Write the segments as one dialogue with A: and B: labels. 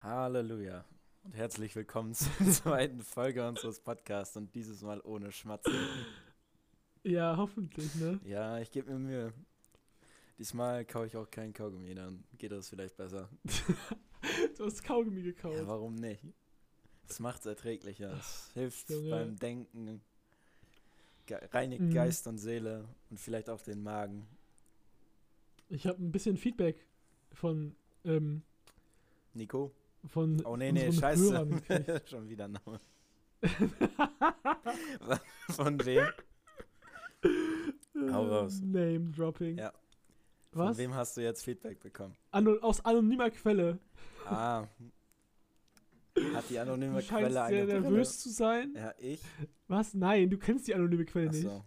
A: Halleluja und herzlich willkommen zur zweiten Folge unseres Podcasts und dieses Mal ohne Schmatzen.
B: Ja, hoffentlich, ne?
A: Ja, ich gebe mir Mühe. Diesmal kaue ich auch keinen Kaugummi, dann geht das vielleicht besser.
B: Du hast Kaugummi
A: Ja,
B: gekauft.
A: warum nicht? Es macht's erträglicher, es hilft
B: Junge.
A: beim Denken, ge reinigt
B: Mhm.
A: Geist und Seele und vielleicht auch den Magen.
B: ich habe ein bisschen Feedback von, ähm,
A: Nico?
B: von
A: Oh nee, nee,
B: unseren
A: scheiße.
B: Hörern gekriegt.
A: Schon wieder Name. Von wem? Hau raus.
B: Name-Dropping.
A: Ja. Von
B: Was?
A: wem hast du jetzt Feedback bekommen?
B: Ano aus anonymer Quelle.
A: Ah. Hat die
B: Du
A: anonyme
B: scheinst
A: Quelle
B: sehr
A: eine Brille?
B: nervös zu sein.
A: Ja, ich?
B: Was? Nein, du kennst die anonyme Quelle nicht.
A: Achso.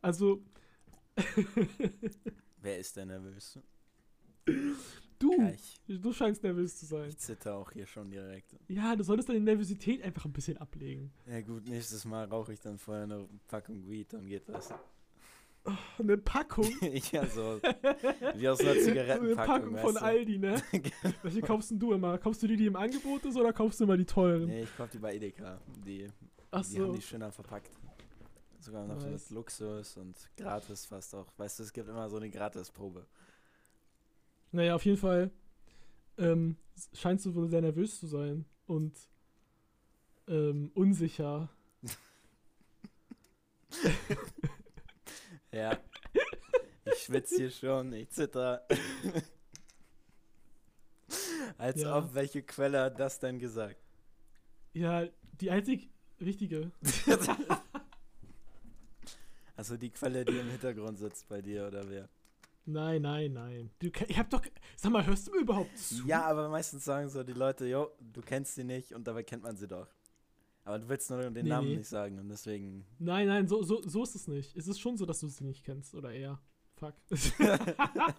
B: Also,
A: Wer ist denn nervös?
B: du,
A: Ja, ich,
B: du scheinst nervös zu sein.
A: ich zitter auch hier schon direkt.
B: Ja, du solltest deine Nervosität einfach ein bisschen ablegen.
A: Ja gut, nächstes Mal rauche ich dann vorher eine Packung Weed, dann geht das.
B: Eine Packung.
A: ja, so. Wie aus einer
B: Eine
A: Zigarettenpackung,
B: Packung von
A: weißt du?
B: Aldi, ne? Welche kaufst denn du immer? Kaufst du die, die im Angebot ist, oder kaufst du immer die teuren?
A: Nee, ich kauf die bei Edeka. Die,
B: Ach
A: die haben
B: so.
A: die schöner verpackt. Sogar noch
B: Nice.
A: mit Luxus und gratis fast auch. Weißt du, es gibt immer so eine Gratisprobe.
B: Naja, auf jeden Fall ähm, s- scheinst du wohl sehr nervös zu sein und ähm, unsicher.
A: Ja. Ich schwitze hier schon, ich zitter. Als
B: Ja.
A: ob, welche Quelle hat das denn gesagt?
B: Ja, die einzig richtige.
A: Also die Quelle, die im Hintergrund sitzt bei dir, oder wer?
B: Nein, nein, nein. Du, ke- ich hab doch. Sag mal, hörst du mir überhaupt zu?
A: Ja, aber meistens sagen so die Leute, jo, du kennst sie nicht und dabei kennt man sie doch. Aber du willst nur den
B: Nee,
A: Namen
B: nee.
A: nicht sagen und deswegen.
B: Nein, nein, so, so, so ist es nicht. Es ist schon so, dass du sie nicht kennst, oder eher. Fuck.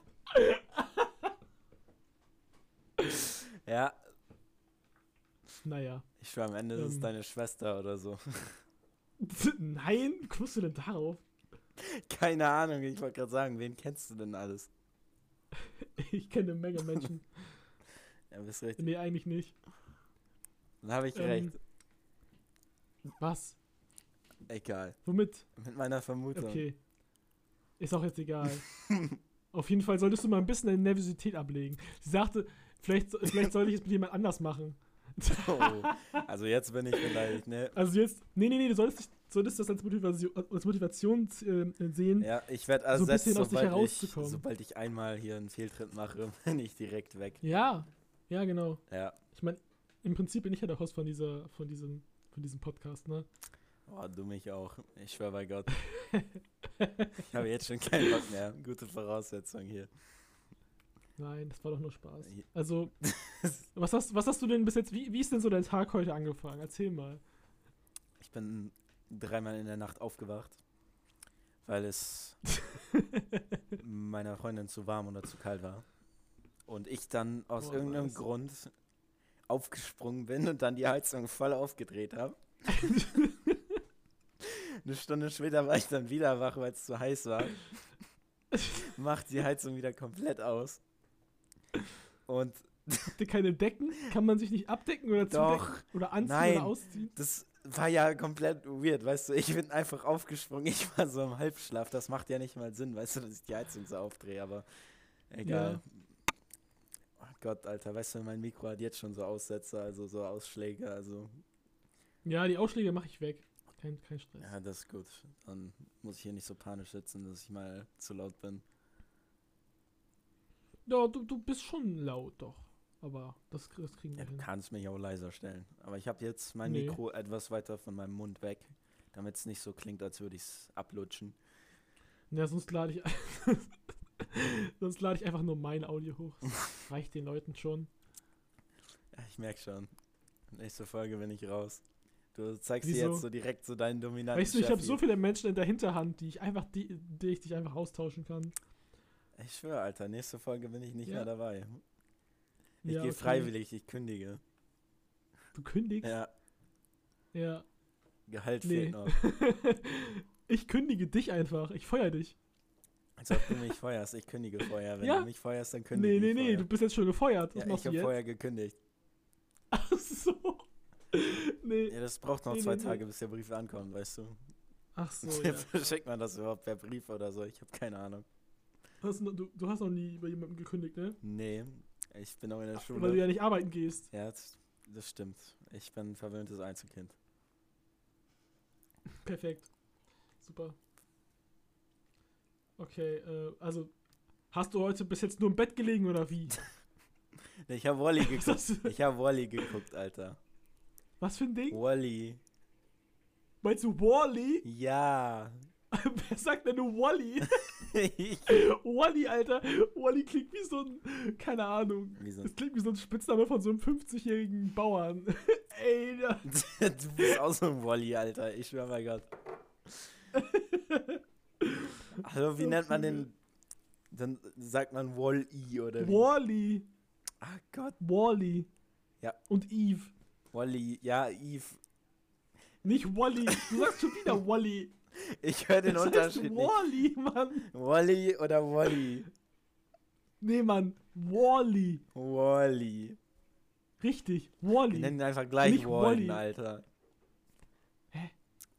A: Ja,
B: naja.
A: ich schwör, am Ende ist es
B: Ähm.
A: deine Schwester oder so.
B: Nein, wie kommst du denn darauf?
A: Keine Ahnung, ich wollte gerade sagen, wen kennst du denn alles?
B: Ich kenne eine Menge Menschen.
A: Ja, bist richtig.
B: Nee, eigentlich nicht.
A: Dann habe ich
B: Ähm.
A: recht.
B: Was?
A: Egal.
B: Womit?
A: Mit meiner Vermutung.
B: Okay. Ist auch jetzt egal. Auf jeden Fall solltest du mal ein bisschen deine Nervosität ablegen. Sie sagte, vielleicht, so- vielleicht sollte ich es mit jemand anders machen.
A: Oh, also jetzt bin ich beleidigt, ne?
B: Also jetzt, nee, nee, nee, du solltest, dich- solltest das als Motivation, als Motivation äh, sehen.
A: Ja, ich werde
B: So ein
A: ersetzt,
B: bisschen aus dich
A: sobald, ich,
B: herauszukommen.
A: sobald ich einmal hier einen Fehltritt mache, bin ich direkt weg.
B: Ja, ja, genau.
A: Ja,
B: Ich meine, im Prinzip bin ich ja der Host von dieser, von diesem, von diesem Podcast, ne?
A: oh, du mich auch. Ich schwör bei Gott. ich habe jetzt schon keinen Bock mehr. Gute Voraussetzung hier.
B: Nein, das war doch nur Spaß.
A: Ja.
B: Also, was hast, was hast du denn bis jetzt, wie, wie ist denn so dein Tag heute angefangen? Erzähl mal.
A: Ich bin dreimal in der Nacht aufgewacht, weil es meiner Freundin zu warm oder zu kalt war. Und ich dann aus
B: Oh,
A: irgendeinem
B: nice.
A: Grund aufgesprungen bin und dann die Heizung voll aufgedreht habe. Eine Stunde später war ich dann wieder wach, weil es zu heiß war. Macht die Heizung wieder komplett aus. Und
B: Habt ihr keine Decken? Kann man sich nicht abdecken oder zudecken?
A: Doch.
B: Oder anziehen
A: Nein.
B: oder ausziehen?
A: das war ja komplett weird, weißt du, ich bin einfach aufgesprungen, ich war so im Halbschlaf, das macht ja nicht mal Sinn, weißt du, dass ich die Heizung so aufdrehe, aber egal. Oh Gott, Alter, weißt du, mein Mikro hat jetzt schon so Aussetzer, also so Ausschläge, also
B: Ja, die Ausschläge mache ich weg. Kein, kein Stress.
A: ja, das ist gut. Dann muss ich hier nicht so panisch sitzen, dass ich mal zu laut bin.
B: Ja, du, du bist schon laut, doch. Aber das, krie- das kriegen wir
A: Ja, du
B: hin.
A: kannst mich auch leiser stellen, aber ich habe jetzt mein
B: Mhm. Nee.
A: Mikro etwas weiter von meinem Mund weg, damit es nicht so klingt, als würde ich es ablutschen.
B: Ja, sonst lade ich. sonst lade ich einfach nur mein Audio hoch. Das reicht den Leuten schon.
A: Ja, ich merke schon. Nächste Folge bin ich raus. Du zeigst dir
B: Wieso?
A: jetzt so direkt so deinen dominanten
B: weißt du, ich
A: Chef
B: habe so
A: hier.
B: viele Menschen in der Hinterhand, die ich einfach, die, die ich dich einfach austauschen kann.
A: Ich schwöre, Alter, nächste Folge bin ich nicht
B: Ja.
A: mehr dabei. Ich
B: Ja,
A: gehe
B: okay.
A: freiwillig, ich kündige.
B: Du kündigst?
A: Ja,
B: Ja.
A: Gehalt fehlt
B: Nee.
A: noch.
B: ich kündige dich einfach. Ich feuer dich.
A: Als ob du mich feuerst. Ich kündige Feuer. Wenn
B: Ja.
A: du mich feuerst, dann kündige
B: Nee, nee,
A: ich
B: nee, du
A: Feuer.
B: bist jetzt schon gefeuert. Was
A: Ja, ich
B: machst du
A: habe
B: jetzt?
A: Feuer gekündigt.
B: Ach so. Nee.
A: Ja, das braucht noch
B: Nee,
A: zwei
B: nee, nee.
A: Tage, bis der Brief ankommt, weißt du?
B: Ach so, ja.
A: Verschickt man das überhaupt per Brief oder so? Ich habe keine Ahnung.
B: Hast du, noch- du, du hast noch nie bei jemandem gekündigt, ne?
A: Nee, ich bin auch in der
B: Weil du
A: Schule.
B: ja nicht arbeiten gehst.
A: Ja, das, das stimmt. Ich bin ein verwöhntes Einzelkind.
B: Perfekt. Super. Okay, äh, also hast du heute bis jetzt nur im Bett gelegen oder wie?
A: Nee, Ich habe Wally geguckt.
B: Das-
A: Ich habe Wally geguckt, Alter.
B: Was für ein Ding?
A: Wally.
B: Meinst du Wally?
A: Ja.
B: Wer sagt denn nur Wally?
A: Wie
B: Wally, Alter. Wally klingt wie so ein, keine Ahnung.
A: so
B: Das klingt wie so ein Spitzname von so einem 50-jährigen Bauern. Ey, da.
A: du bist auch so ein Wally, Alter. Ich schwör bei Gott. Also, wie
B: Oh,
A: nennt man
B: Junge.
A: den? Dann sagt man Wall-E oder wie?
B: Wally.
A: Ah Gott.
B: Wally.
A: Ja.
B: Und Eve.
A: Wally. Ja, Eve.
B: Nicht Wally. Du sagst schon wieder Wally.
A: Ich höre den
B: Das heißt
A: Unterschied nicht.
B: Wally, Mann.
A: Wally oder Wally?
B: Nee, Mann. Wally.
A: Wally.
B: Richtig,
A: Wir nennen
B: Wally.
A: ihn einfach gleich
B: Nicht
A: Walden,
B: Wall-E.
A: Alter.
B: Hä?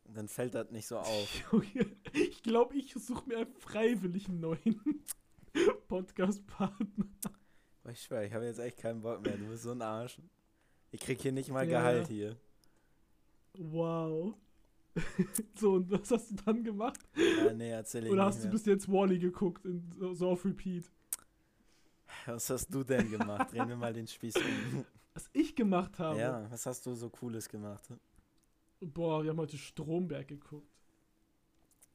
A: Dann fällt das nicht so auf.
B: Junge, Ich glaube, ich suche mir freiwillig einen neuen Podcast-Partner.
A: Boah, Ich schwör, ich habe jetzt echt keinen Bock mehr. Du bist so ein Arsch. Ich krieg hier nicht mal
B: Ja,
A: Gehalt
B: ja.
A: hier.
B: Wow. So, und was hast du dann gemacht?
A: Ja, nee, erzähl ich
B: Oder
A: nicht
B: hast du
A: mehr.
B: bis jetzt Wally geguckt, in, so, so auf Repeat?
A: Was hast du denn gemacht? Drehen wir mal den Spieß um.
B: Was ich gemacht habe?
A: Ja, was hast du so Cooles gemacht?
B: Boah, wir haben heute Stromberg geguckt.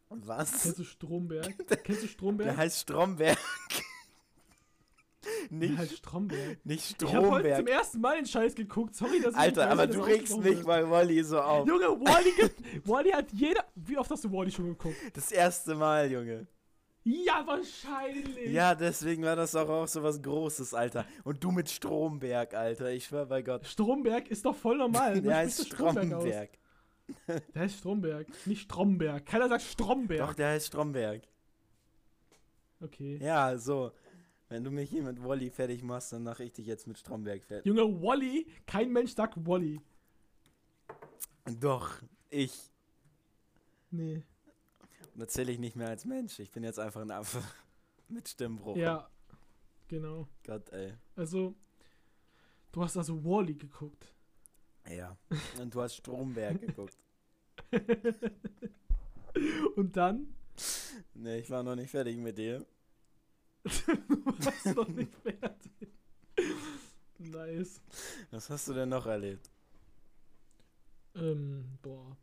A: Was?
B: Kennst du Stromberg? Kennst du Stromberg?
A: Der heißt Stromberg.
B: Ja,
A: nicht,
B: halt Stromberg.
A: nicht
B: Ich habe heute
A: Stromberg.
B: zum ersten Mal den Scheiß geguckt. Sorry, dass ich nicht
A: Alter,
B: weiß,
A: aber
B: wie
A: du
B: das
A: regst
B: ausgesprochen
A: mich bei Wally so
B: wird.
A: auf.
B: Junge, Wally, gibt- Wally hat jeder. Wie oft hast du Wally schon geguckt?
A: Das erste Mal, Junge.
B: Ja, wahrscheinlich.
A: Ja, deswegen war das auch, auch so was Großes, Alter. Und du mit Stromberg, Alter. Ich schwör bei Gott.
B: Stromberg ist doch voll normal.
A: Der
B: Man
A: heißt
B: spricht doch Stromberg aus.
A: Stromberg.
B: Der heißt Stromberg, nicht Stromberg. Keiner sagt Stromberg.
A: Doch, der heißt Stromberg.
B: Okay.
A: Ja, so. Wenn du mich hier mit Wally fertig machst, dann mache ich dich jetzt mit Stromberg fertig.
B: Junge, Wally, kein Mensch sagt Wally.
A: Doch, ich.
B: Nee.
A: Da zähle ich nicht mehr als Mensch. Ich bin jetzt einfach ein Affe. Mit Stimmbruch.
B: Ja, genau.
A: Gott, ey.
B: Also, du hast also Wally geguckt.
A: Ja. Und du hast Stromberg geguckt.
B: Und dann?
A: Nee, ich war noch nicht fertig mit dir.
B: du warst noch nicht fertig. Nice.
A: Was hast du denn noch erlebt?
B: Ähm, boah.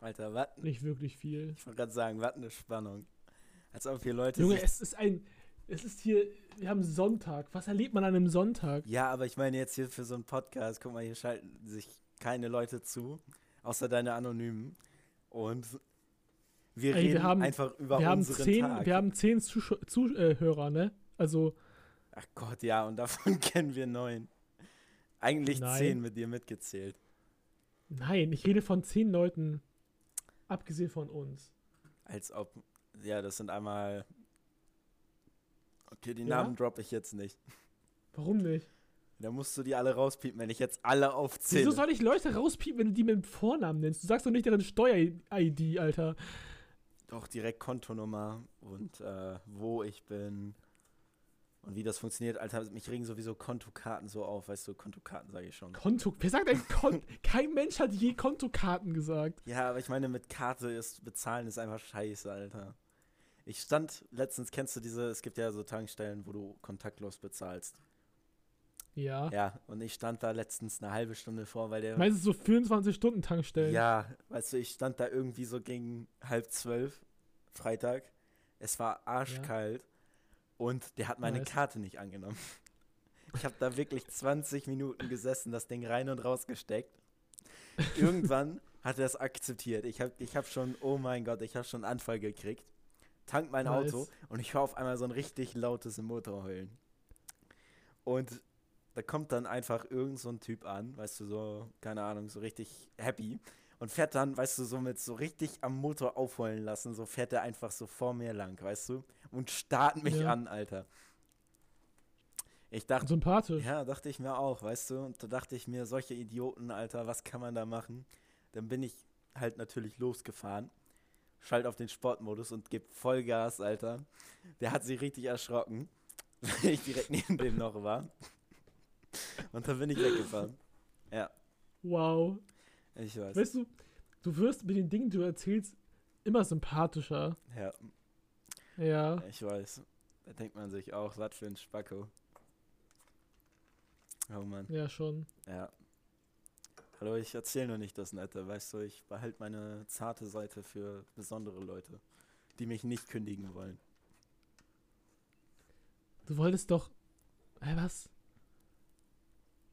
A: Alter, was?
B: Nicht wirklich viel.
A: Ich wollte gerade sagen, was eine Spannung. Als ob hier Leute
B: Junge,
A: sich
B: es ist ein. Es ist hier. Wir haben Sonntag. Was erlebt man an einem Sonntag?
A: Ja, aber ich meine jetzt hier für so einen Podcast, guck mal, hier schalten sich keine Leute zu, außer deine Anonymen. Und wir
B: Ey, wir
A: reden
B: haben-
A: einfach über
B: wir haben
A: unseren
B: zehn,
A: Tag.
B: Wir haben zehn Zuschau- Zuhörer, ne? Also,
A: Ach Gott, ja, und davon kennen wir neun. Eigentlich
B: Nein.
A: zehn mit dir mitgezählt.
B: nein, ich rede von zehn Leuten. Abgesehen von uns.
A: Als ob, ja, das sind einmal. Okay, die
B: Ja?
A: Namen droppe ich jetzt nicht.
B: Warum nicht?
A: Da musst du die alle rauspiepen, wenn ich jetzt alle aufzähle.
B: Wieso soll ich Leute rauspiepen, wenn du die mit dem Vornamen nennst? Du sagst doch nicht deren Steuer-ID, Alter.
A: Auch direkt Kontonummer und äh, wo ich bin und wie das funktioniert. Alter, mich regen sowieso Kontokarten so auf, weißt du, Kontokarten sage ich schon.
B: Konto. Wer sagt ein Konto? Kein Mensch hat je Kontokarten gesagt.
A: Ja, aber ich meine, mit Karte ist bezahlen ist einfach scheiße, Alter. Ich stand letztens, kennst du diese, es gibt ja so Tankstellen, wo du kontaktlos bezahlst.
B: Ja.
A: Ja, und ich stand da letztens eine halbe Stunde vor, weil der.
B: Meistens so 24-Stunden-Tankstellen.
A: Ja, weißt du, ich stand da irgendwie so gegen halb zwölf, Freitag. Es war arschkalt und der hat meine
B: Nice.
A: Karte nicht angenommen. Ich habe da wirklich 20 Minuten gesessen, das Ding rein und raus gesteckt. Irgendwann hat er es akzeptiert. Ich habe ich hab schon, oh mein Gott, ich habe schon einen Anfall gekriegt. Tank mein
B: Nice.
A: Auto und ich höre auf einmal so ein richtig lautes Motorheulen. Und da kommt dann einfach irgend so ein Typ an, weißt du, so, keine Ahnung, so richtig happy. und fährt dann, weißt du, so mit so richtig am Motor aufholen lassen. So fährt er einfach so vor mir lang, weißt du? Und starrt mich
B: Ja.
A: an, Alter. Ich dachte,
B: Sympathisch.
A: ja, dachte ich mir auch, weißt du? Und da dachte ich mir, solche Idioten, Alter, was kann man da machen? Dann bin ich halt natürlich losgefahren, schalt auf den Sportmodus und geb Vollgas, Alter. Der hat sich richtig erschrocken, weil ich direkt neben dem noch war. Und dann bin ich weggefahren.
B: Wow.
A: Ich weiß.
B: Weißt du, du wirst mit den Dingen, die du erzählst, immer sympathischer.
A: Ja,
B: Ja.
A: ich weiß. Da denkt man sich auch, was für ein Spacko. Oh Mann.
B: Ja, schon.
A: Ja. Hallo, ich erzähle nur nicht das Nette, weißt du, ich behalte meine zarte Seite für besondere Leute, die mich nicht kündigen wollen.
B: Du wolltest doch. Hä, was?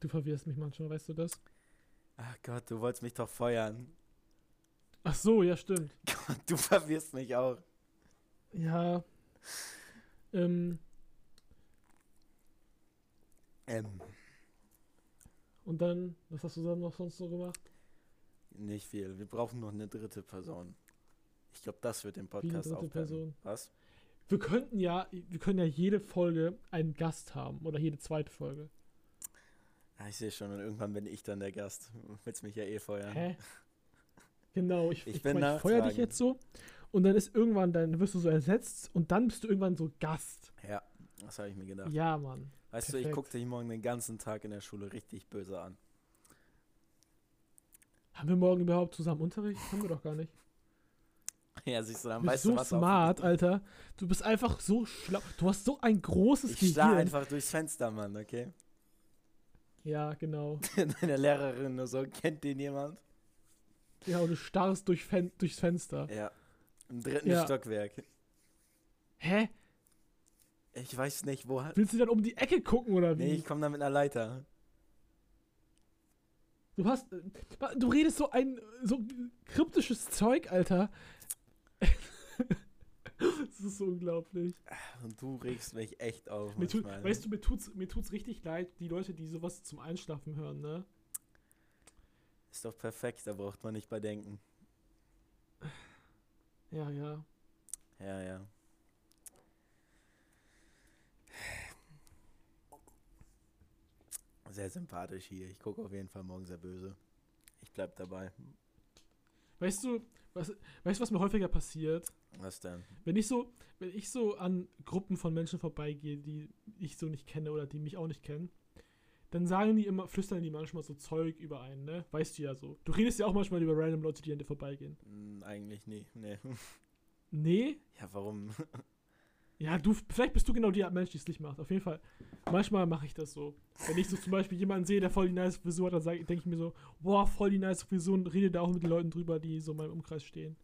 B: Du verwirrst mich manchmal, weißt du das?
A: Ach Gott, du wolltest mich doch feuern.
B: Ach so, ja, stimmt.
A: Gott, du verwirrst mich auch.
B: Ja. Ähm,
A: Ähm,
B: und dann, was hast du dann noch sonst so gemacht?
A: nicht viel. Wir brauchen noch eine dritte Person. Ich glaube, das wird den
B: Wie eine
A: Podcast
B: dritte
A: aufwerten.
B: Person.
A: Was?
B: Wir könnten ja, wir können ja jede Folge einen Gast haben oder jede zweite Folge.
A: Ah, ich sehe schon, und irgendwann bin ich dann der Gast. Du Willst mich ja eh feuern.
B: Hä? Genau, ich,
A: Ich
B: ich,
A: bin
B: guck mal, ich feuer dich
A: nachtragend.
B: jetzt so und dann ist irgendwann, dann wirst du so ersetzt und dann bist du irgendwann so Gast.
A: Ja, das habe ich mir gedacht.
B: Ja, Mann.
A: weißt du, ich
B: perfekt.
A: gucke dich morgen den ganzen Tag in der Schule richtig böse an.
B: Haben wir morgen überhaupt zusammen Unterricht? Haben wir doch gar nicht.
A: Ja, siehst du, dann
B: Du bist
A: weißt
B: so
A: du, was auf mich
B: smart, Alter. Du bist einfach so schlau. Du hast so ein großes
A: Ich starr
B: Gehirn.
A: einfach durchs Fenster, Mann, okay?
B: Ja, genau.
A: Deine Lehrerin nur so, kennt den jemand?
B: Ja, und du starrst durch Fen durchs Fenster.
A: Ja. Im dritten
B: Ja.
A: Stockwerk.
B: Hä?
A: Ich weiß nicht, wo hat.
B: Willst du dann um die Ecke gucken oder wie?
A: Nee, ich komme da mit einer Leiter.
B: Du hast. äh, Du redest so ein so kryptisches Zeug, Alter. das ist so unglaublich.
A: Und du regst mich echt auf.
B: Mir tut,
A: manchmal. ne?
B: weißt du, mir tut's, mir tut's richtig leid, die Leute, die sowas zum Einschlafen hören, ne?
A: Ist doch perfekt, da braucht man nicht bei denken.
B: Ja, ja.
A: Ja, ja. Sehr sympathisch hier. Ich gucke auf jeden Fall morgen sehr böse. Ich bleib dabei.
B: Weißt du, was, weißt du, was mir häufiger passiert?
A: Was denn?
B: Wenn ich so, wenn ich so an Gruppen von Menschen vorbeigehe, die ich so nicht kenne oder die mich auch nicht kennen, dann sagen die immer, flüstern die manchmal so Zeug über einen, ne? Weißt du ja so. Du redest ja auch manchmal über random Leute, die an dir vorbeigehen.
A: Hm, eigentlich nie. Nee.
B: Nee?
A: Ja, warum?
B: Ja, du, vielleicht bist du genau der Mensch, die es nicht macht. Auf jeden Fall. Manchmal mache ich das so. Wenn ich so zum Beispiel jemanden sehe, der voll die nice Frisur hat, dann sag- denke ich mir so, boah, voll die nice Frisur und rede da auch mit den Leuten drüber, die so in meinem Umkreis stehen.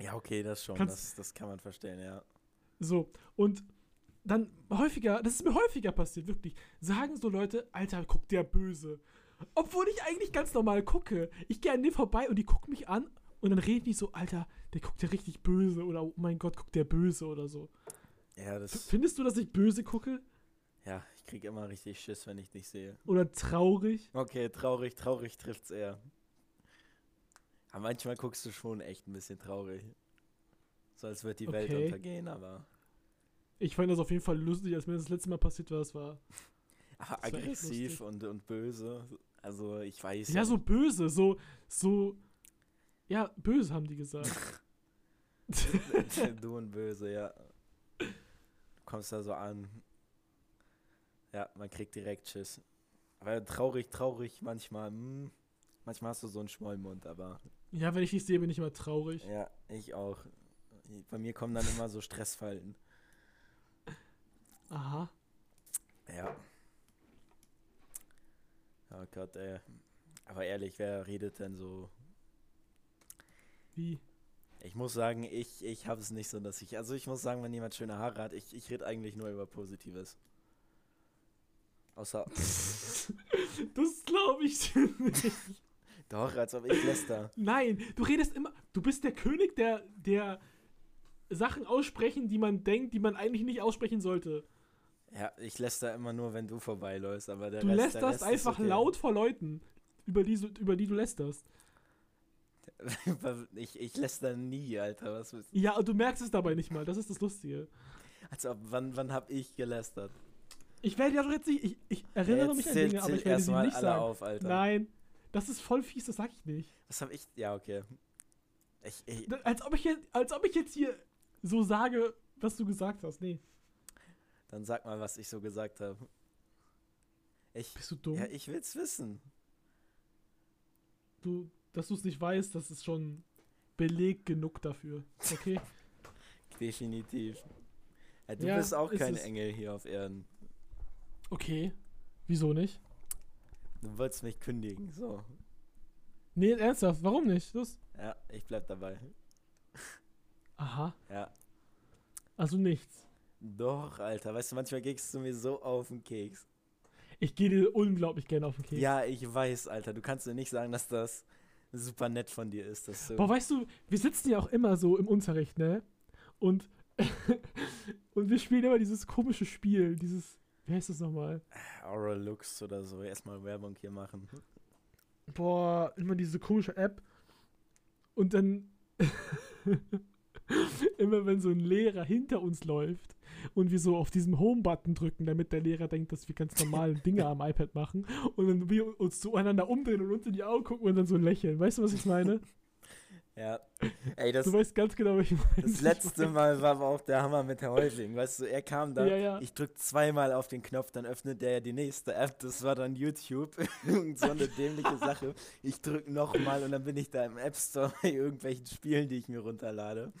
A: Ja, okay, das schon.
B: Kannst-
A: Das, das kann man verstehen, ja.
B: So, und dann häufiger, das ist mir häufiger passiert, wirklich, sagen so Leute, Alter, guck der böse. Obwohl ich eigentlich ganz normal gucke. Ich gehe an denen vorbei und die gucken mich an und dann reden die so, Alter, der guckt ja richtig böse oder oh mein Gott, guckt der böse oder so.
A: Ja,
B: F
A: das.
B: findest du, dass ich böse gucke?
A: Ja, ich krieg immer richtig Schiss, wenn ich dich sehe.
B: Oder traurig?
A: Okay, traurig, traurig trifft's eher. Aber manchmal guckst du schon echt ein bisschen traurig. So als wird die Welt
B: Okay.
A: untergehen, aber.
B: Ich fand das auf jeden Fall lustig, als mir das letzte Mal passiert war, es war.
A: Aber
B: Das war echt
A: aggressiv
B: lustig.
A: und, und böse. Also ich weiß.
B: Ja, so
A: nicht.
B: böse, so, so. Ja, böse haben die gesagt.
A: du und böse, ja. Du kommst da so an. Ja, man kriegt direkt Schiss. Aber traurig, traurig manchmal. Hm, manchmal hast du so einen Schmollmund, aber.
B: ja, wenn ich dich sehe, bin ich immer traurig.
A: Ja, ich auch. Bei mir kommen dann immer so Stressfalten.
B: Aha.
A: Ja. Oh Gott, ey. Aber ehrlich, wer redet denn so?
B: Wie?
A: Ich muss sagen, ich, ich habe es nicht so, dass ich. Also ich muss sagen, wenn jemand schöne Haare hat, ich, ich rede eigentlich nur über Positives. Außer.
B: Das glaube ich dir nicht.
A: Doch, als ob ich läster.
B: Nein, du redest immer. Du bist der König der, der Sachen aussprechen, die man denkt, die man eigentlich nicht aussprechen sollte.
A: Ja, ich läster immer nur, wenn du vorbeiläufst, aber der
B: Du
A: Rest,
B: lästerst
A: der Rest ist
B: einfach
A: okay.
B: laut vor Leuten, über die, so- über die du lästerst.
A: ich, ich lässt dann nie, Alter. Was ist,
B: Ja, und du merkst es dabei nicht mal. Das ist das Lustige.
A: als ob, wann, wann hab ich gelästert?
B: Ich werde ja doch jetzt nicht. Ich, ich erinnere mich an
A: zähl-
B: Dinge, aber
A: zähl
B: ich werde sie
A: erstmal
B: nicht
A: alle
B: sagen.
A: auf, Alter.
B: Nein, das ist voll fies, das sag ich nicht.
A: Was hab ich? Ja, okay. Ich, ich,
B: Da- Als ob ich jetzt, als ob ich jetzt hier so sage, was du gesagt hast. Nee.
A: dann sag mal, was ich so gesagt habe. Ich,
B: Bist du dumm?
A: ja, ich will's wissen.
B: du, dass du es nicht weißt, das ist schon Beleg genug dafür. Okay?
A: Definitiv. Ja, du
B: Ja,
A: bist auch
B: ist
A: kein
B: es.
A: Engel hier auf Erden.
B: Okay. Wieso nicht?
A: Du wolltest mich kündigen, so.
B: Nee, ernsthaft, warum nicht? Das,
A: Ja, ich bleib dabei.
B: aha.
A: Ja.
B: Also nichts.
A: Doch, Alter. Weißt du, manchmal gehst du mir so auf den Keks.
B: Ich gehe dir unglaublich gerne auf den Keks.
A: Ja, ich weiß, Alter. Du kannst mir nicht sagen, dass das super nett von dir ist. Dass du
B: Boah, weißt du, wir sitzen ja auch immer so im Unterricht, ne? Und, und wir spielen immer dieses komische Spiel, dieses, wie heißt das nochmal?
A: Oral Looks oder so erstmal Werbung hier machen.
B: Boah, immer diese komische App. Und dann immer wenn so ein Lehrer hinter uns läuft und wir so auf diesem Home-Button drücken, damit der Lehrer denkt, dass wir ganz normale Dinge am iPad machen und dann wir uns zueinander umdrehen und uns in die Augen gucken und dann so lächeln. Weißt du, was ich meine?
A: Ja. Ey, das,
B: Du weißt ganz genau, was ich meine.
A: Das letzte Mal war aber auch der Hammer mit Herr Häufling. Weißt du, er kam da,
B: Ja, ja.
A: ich drück zweimal auf den Knopf, dann öffnet der ja die nächste App. Das war dann YouTube. Irgend so eine dämliche Sache. Ich drück nochmal und dann bin ich da im App Store bei irgendwelchen Spielen, die ich mir runterlade.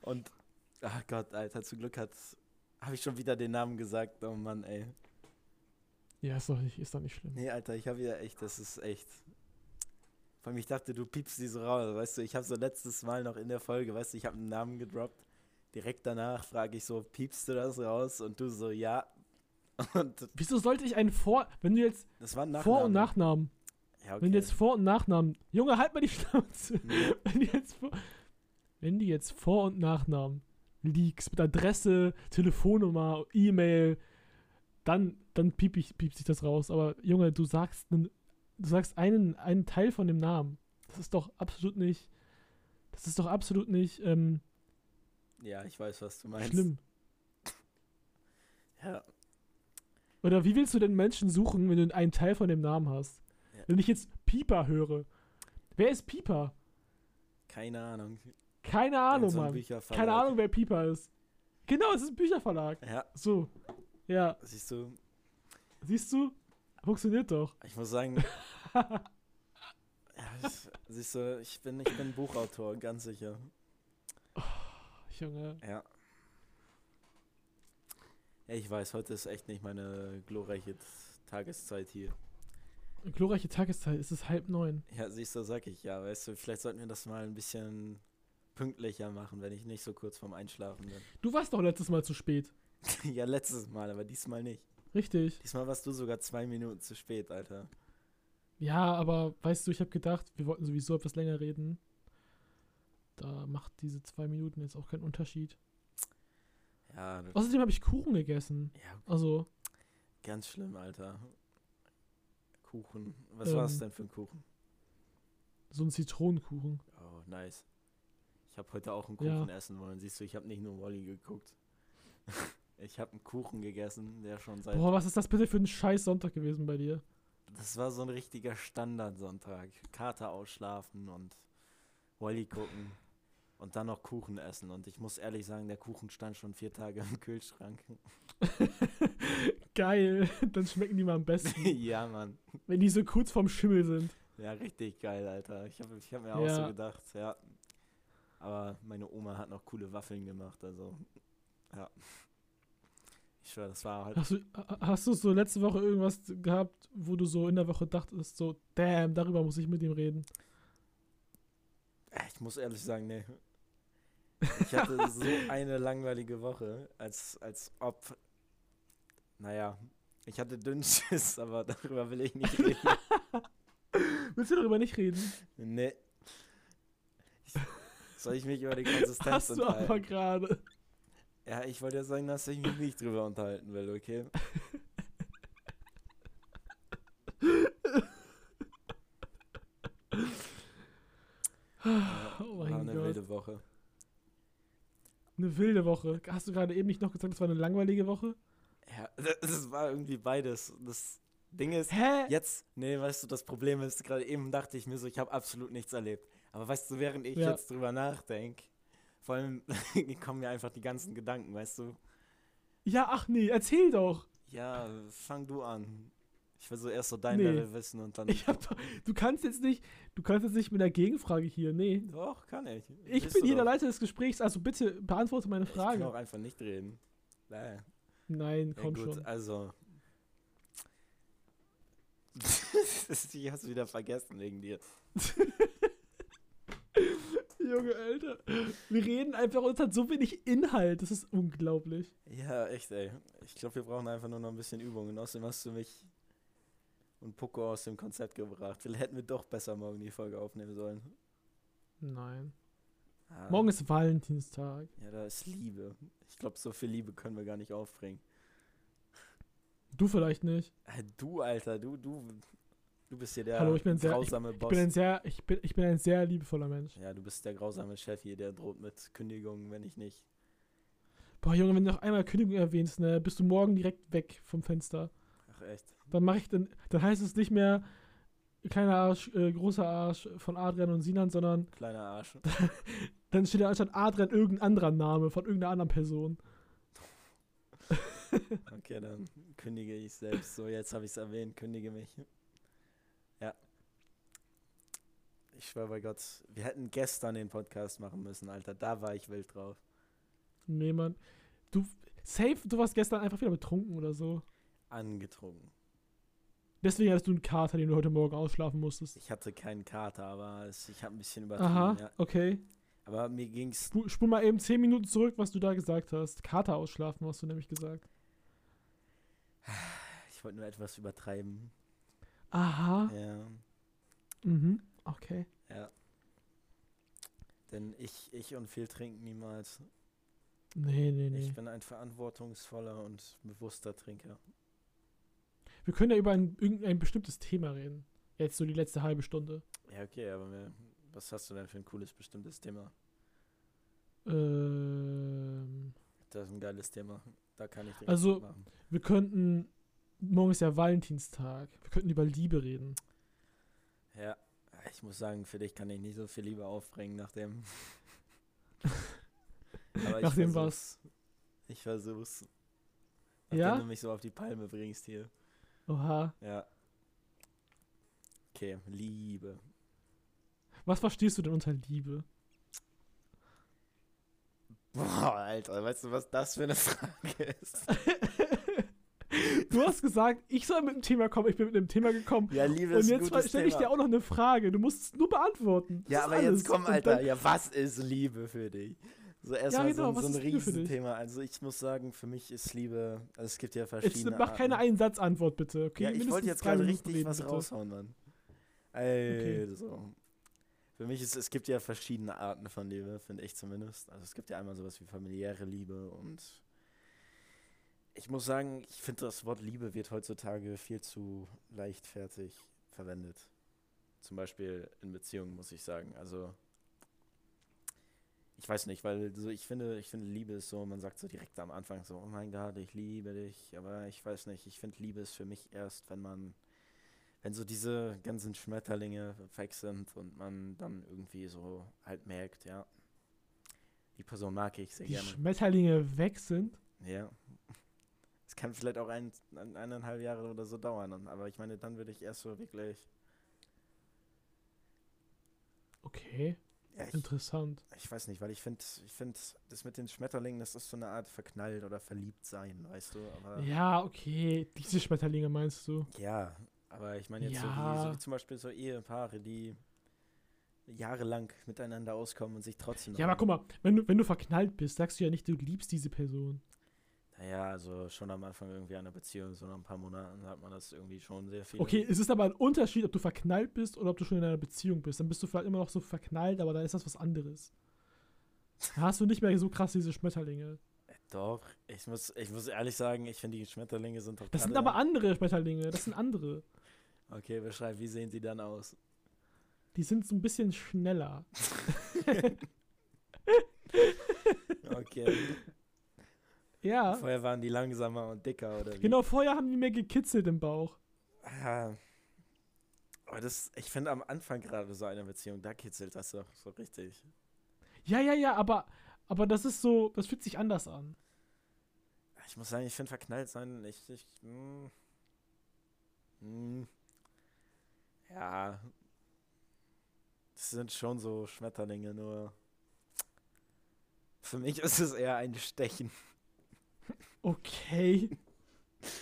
A: Und, ach Gott, Alter, zum Glück hat, habe ich schon wieder den Namen gesagt. Oh Mann, ey.
B: Ja, ist doch nicht, ist doch nicht schlimm.
A: Nee, Alter, ich habe ja echt, das ist echt. Vor allem, ich dachte, du piepst die so raus. Weißt du, ich habe so letztes Mal noch in der Folge, weißt du, ich habe einen Namen gedroppt. Direkt danach frage ich so, piepst du das raus? Und du so, ja. Und
B: Wieso sollte ich einen Vor... Wenn du jetzt
A: das war nach.
B: Vor- und Nachnamen...
A: Ja, okay.
B: Wenn du jetzt Vor- und Nachnamen... Junge, halt mal die Schnauze.
A: Nee,
B: Wenn die jetzt Vor- wenn die jetzt Vor- und Nachnamen Leaks mit Adresse, Telefonnummer, E-Mail, dann, dann piep ich, piep sich das raus. Aber Junge, du sagst, einen, du sagst einen, einen Teil von dem Namen. Das ist doch absolut nicht, das ist doch absolut nicht ähm,
A: ja, ich weiß, was du meinst.
B: schlimm.
A: Ja,
B: Oder wie willst du denn Menschen suchen, wenn du einen Teil von dem Namen hast?
A: Ja.
B: Wenn ich jetzt Pieper höre. Wer ist Pieper?
A: keine Ahnung.
B: Keine Ahnung,
A: so ein
B: Mann.
A: Bücherverlag.
B: Keine Ahnung, wer Pieper ist. Genau, es ist ein Bücherverlag.
A: Ja,
B: So. Ja.
A: siehst du,
B: Siehst du? Funktioniert doch.
A: ich muss sagen. ja, ich, siehst du, ich bin, ich bin Buchautor, ganz sicher.
B: Junge.
A: Ja. Ja, Ich weiß, heute ist echt nicht meine glorreiche Tageszeit hier.
B: Glorreiche Tageszeit, es ist halb neun.
A: Ja, siehst du, sag ich ja. Weißt du, vielleicht sollten wir das mal ein bisschen pünktlicher machen, wenn ich nicht so kurz vorm Einschlafen bin.
B: Du warst doch letztes Mal zu spät.
A: ja, letztes Mal, aber diesmal nicht.
B: Richtig.
A: Diesmal warst du sogar zwei Minuten zu spät, Alter.
B: Ja, aber weißt du, ich habe gedacht, wir wollten sowieso etwas länger reden. Da macht diese zwei Minuten jetzt auch keinen Unterschied.
A: Ja, du,
B: Außerdem habe ich Kuchen gegessen.
A: ja
B: Also,
A: ganz schlimm, Alter. Kuchen. Was war es
B: Ähm.
A: denn für ein Kuchen?
B: so ein Zitronenkuchen.
A: Oh, nice. Ich habe heute auch einen
B: Ja.
A: Kuchen essen wollen. Siehst du, ich habe nicht nur Wally geguckt. ich habe einen Kuchen gegessen, der schon seit.
B: Boah, was ist das bitte für ein scheiß Sonntag gewesen bei dir?
A: Das war so ein richtiger Standardsonntag. Kater ausschlafen und Wally gucken und dann noch Kuchen essen. Und ich muss ehrlich sagen, der Kuchen stand schon vier Tage im Kühlschrank.
B: Geil, dann schmecken die mal am besten,
A: ja, Mann.
B: wenn die so kurz vorm Schimmel sind.
A: Ja, richtig geil, Alter. Ich habe ich hab mir auch so
B: Ja.
A: gedacht, ja. Aber meine Oma hat noch coole Waffeln gemacht, also. Ja. Ich schwöre, das war halt.
B: Hast du, hast du so letzte Woche irgendwas gehabt, wo du so in der Woche dachtest, so, damn, darüber muss ich mit ihm reden?
A: Ah, Ich muss ehrlich sagen, nee. Ich hatte so eine langweilige Woche, als, als ob. Naja, ich hatte Dünnschiss, aber darüber will ich nicht reden.
B: Willst du darüber nicht reden?
A: Nee. Ich, soll ich mich über die Konsistenz
B: Hast du
A: unterhalten?
B: aber gerade.
A: Ja, ich wollte ja sagen, dass ich mich nicht drüber unterhalten will, okay?
B: Oh mein
A: war eine
B: Gott.
A: wilde Woche.
B: Eine wilde Woche. Hast du gerade eben nicht noch gesagt, es war eine langweilige Woche?
A: Ja, das, das war irgendwie beides. Das Ding ist,
B: Hä?
A: jetzt, nee, weißt du, das Problem ist, gerade eben dachte ich mir so, ich habe absolut nichts erlebt. Aber weißt du, während ich
B: Ja.
A: jetzt drüber nachdenke, vor allem kommen mir einfach die ganzen Gedanken, weißt du?
B: Ja, ach nee, erzähl doch.
A: Ja, fang du an. Ich will so erst so dein
B: Nee.
A: Level wissen und dann.
B: Ich hab doch, du kannst jetzt nicht, du kannst jetzt nicht mit einer Gegenfrage hier, nee.
A: Doch, kann ich.
B: Ich
A: Bist
B: bin
A: du
B: hier
A: doch.
B: der Leiter des Gesprächs, also bitte beantworte meine
A: Ich kann
B: Frage.
A: auch einfach nicht reden. Naja.
B: Nein, komm
A: ja, gut,
B: schon.
A: also. ich hab's wieder vergessen wegen dir.
B: Junge, Alter. Wir reden einfach und es hat so wenig Inhalt, das ist unglaublich.
A: Ja, echt, ey. Ich glaube, wir brauchen einfach nur noch ein bisschen Übung. Und außerdem hast du mich und Poco aus dem Konzept gebracht. Vielleicht hätten wir doch besser morgen die Folge aufnehmen sollen.
B: Nein.
A: Ah,
B: Morgen ist Valentinstag.
A: Ja, da ist Liebe. Ich glaube, so viel Liebe können wir gar nicht aufbringen.
B: Du vielleicht nicht.
A: Äh, Du, Alter, du, du, du bist hier der
B: Hallo, ich bin sehr-
A: grausame
B: Ich
A: Boss.
B: bin ein sehr, ich bin, ich bin ein sehr liebevoller Mensch.
A: ja, du bist der grausame Chef hier, der droht mit Kündigungen, wenn ich nicht.
B: Boah, Junge, wenn du noch einmal Kündigung erwähnst, ne, bist du morgen direkt weg vom Fenster.
A: Ach, echt.
B: Dann mache ich dann, dann heißt es nicht mehr kleiner Arsch, äh, großer Arsch von Adrian und Sinan, sondern
A: Kleiner Arsch.
B: dann steht da anstatt Adrian irgendein anderer Name von irgendeiner anderen Person.
A: Okay, dann kündige ich selbst. So, jetzt habe ich es erwähnt, kündige mich. Ja. Ich schwör bei Gott, wir hätten gestern den Podcast machen müssen, Alter. Da war ich wild drauf.
B: Nee, Mann. Du, safe, du warst gestern einfach wieder betrunken oder so.
A: Angetrunken.
B: Deswegen hattest du einen Kater, den du heute Morgen ausschlafen musstest.
A: Ich hatte keinen Kater, aber es, ich habe ein bisschen
B: Aha,
A: übertrieben. Ja.
B: okay.
A: Aber mir ging's.
B: Spul, spul mal eben 10 Minuten zurück, was du da gesagt hast. Kater ausschlafen, hast du nämlich gesagt.
A: Ich wollte nur etwas übertreiben.
B: Aha.
A: Ja.
B: Mhm. Okay.
A: Ja. Denn ich, ich und viel trinken niemals.
B: Nee, nee, nee.
A: Ich bin ein verantwortungsvoller und bewusster Trinker.
B: Wir können ja über ein, irgendein bestimmtes Thema reden. Jetzt so die letzte halbe Stunde.
A: Ja, okay, aber mir, was hast du denn für ein cooles, bestimmtes Thema?
B: Ähm,
A: Das ist ein geiles Thema. Da kann ich direkt
B: Also-
A: mitmachen.
B: wir könnten. Morgen ist ja Valentinstag. Wir könnten über Liebe reden.
A: Ja, ich muss sagen, für dich kann ich nicht so viel Liebe aufbringen nach dem. Aber ich
B: Nach dem
A: versuch's. Ich versuch's. Nachdem
B: Ja?
A: du mich so auf die Palme bringst hier.
B: Oha.
A: Ja. Okay, Liebe.
B: Was verstehst du denn unter Liebe?
A: Boah, Alter, weißt du, was das für eine Frage ist?
B: Du hast gesagt, ich soll mit einem Thema kommen. Ich bin mit einem Thema gekommen.
A: Ja, Liebe
B: Und
A: ist ein
B: jetzt
A: gutes
B: stelle ich dir
A: Thema.
B: auch noch eine Frage. Du musst es nur beantworten. Das
A: Ja,
B: ist
A: aber
B: alles.
A: jetzt komm,
B: Und
A: Alter.
B: Dann,
A: Ja, was ist Liebe für dich? So erstmal
B: genau,
A: so,
B: was
A: ein- so ein
B: ist Liebe für dich?
A: Riesenthema. Also ich muss sagen, für mich ist Liebe, also es gibt ja
B: jetzt
A: verschiedene
B: mach keine
A: Arten.
B: Einsatzantwort bitte. Okay,
A: ja, ich wollte
B: Mindestens
A: jetzt
B: drei
A: gerade
B: Minuten
A: richtig
B: reden,
A: was
B: bitte.
A: raushauen, Mann. Also, für mich ist, es gibt ja verschiedene Arten von Liebe, finde ich zumindest. Also es gibt ja einmal sowas wie familiäre Liebe und ich muss sagen, ich finde das Wort Liebe wird heutzutage viel zu leichtfertig verwendet. Zum Beispiel in Beziehungen, muss ich sagen. Also ich weiß nicht, weil so ich finde, ich finde Liebe ist so, man sagt so direkt am Anfang so, oh mein Gott, ich liebe dich, aber ich weiß nicht, ich finde Liebe ist für mich erst, wenn man wenn so diese ganzen Schmetterlinge weg sind und man dann irgendwie so halt merkt, ja, die Person mag ich sehr
B: Die
A: gerne.
B: Schmetterlinge weg sind.
A: Ja. Es kann vielleicht auch ein, ein, eineinhalb Jahre oder so dauern, und- aber ich meine, dann würde ich erst so wirklich.
B: Okay,
A: Ja, ich,
B: interessant.
A: ich weiß nicht, weil ich finde, ich finde, das mit den Schmetterlingen, das ist so eine Art verknallt oder verliebt sein, weißt du? Aber
B: Ja, okay. Diese Schmetterlinge meinst du?
A: Ja, aber ich meine jetzt so, wie, so
B: Ja.
A: wie zum Beispiel so Ehepaare, die jahrelang miteinander auskommen und sich trotzdem noch
B: Ja, aber
A: lieben.
B: guck mal, wenn du, wenn du verknallt bist, sagst du ja nicht, du liebst diese Person.
A: Naja, also schon am Anfang irgendwie einer Beziehung, so nach ein paar Monaten hat man das irgendwie schon sehr viel.
B: Okay, es ist aber ein Unterschied, ob du verknallt bist oder ob du schon in einer Beziehung bist. Dann bist du vielleicht immer noch so verknallt, aber dann ist das was anderes. Da hast du nicht mehr so krass diese Schmetterlinge.
A: Äh, Doch, ich muss, ich muss ehrlich sagen, ich finde die Schmetterlinge sind doch
B: Das sind
A: gerade
B: aber andere Schmetterlinge. Das sind andere.
A: Okay, beschreib, wie sehen sie dann aus?
B: Die sind so ein bisschen schneller.
A: Okay.
B: Ja.
A: Vorher waren die langsamer und dicker, oder wie?
B: Genau, vorher haben die mehr gekitzelt im Bauch.
A: Ah. Aber das, ich finde am Anfang gerade so einer Beziehung, da kitzelt das doch so richtig.
B: Ja, ja, ja, aber, aber das ist so, das fühlt sich anders an.
A: Ich muss sagen, ich finde verknallt sein, ich, ich, mm, mm, ja, das sind schon so Schmetterlinge, nur für mich ist es eher ein Stechen.
B: Okay.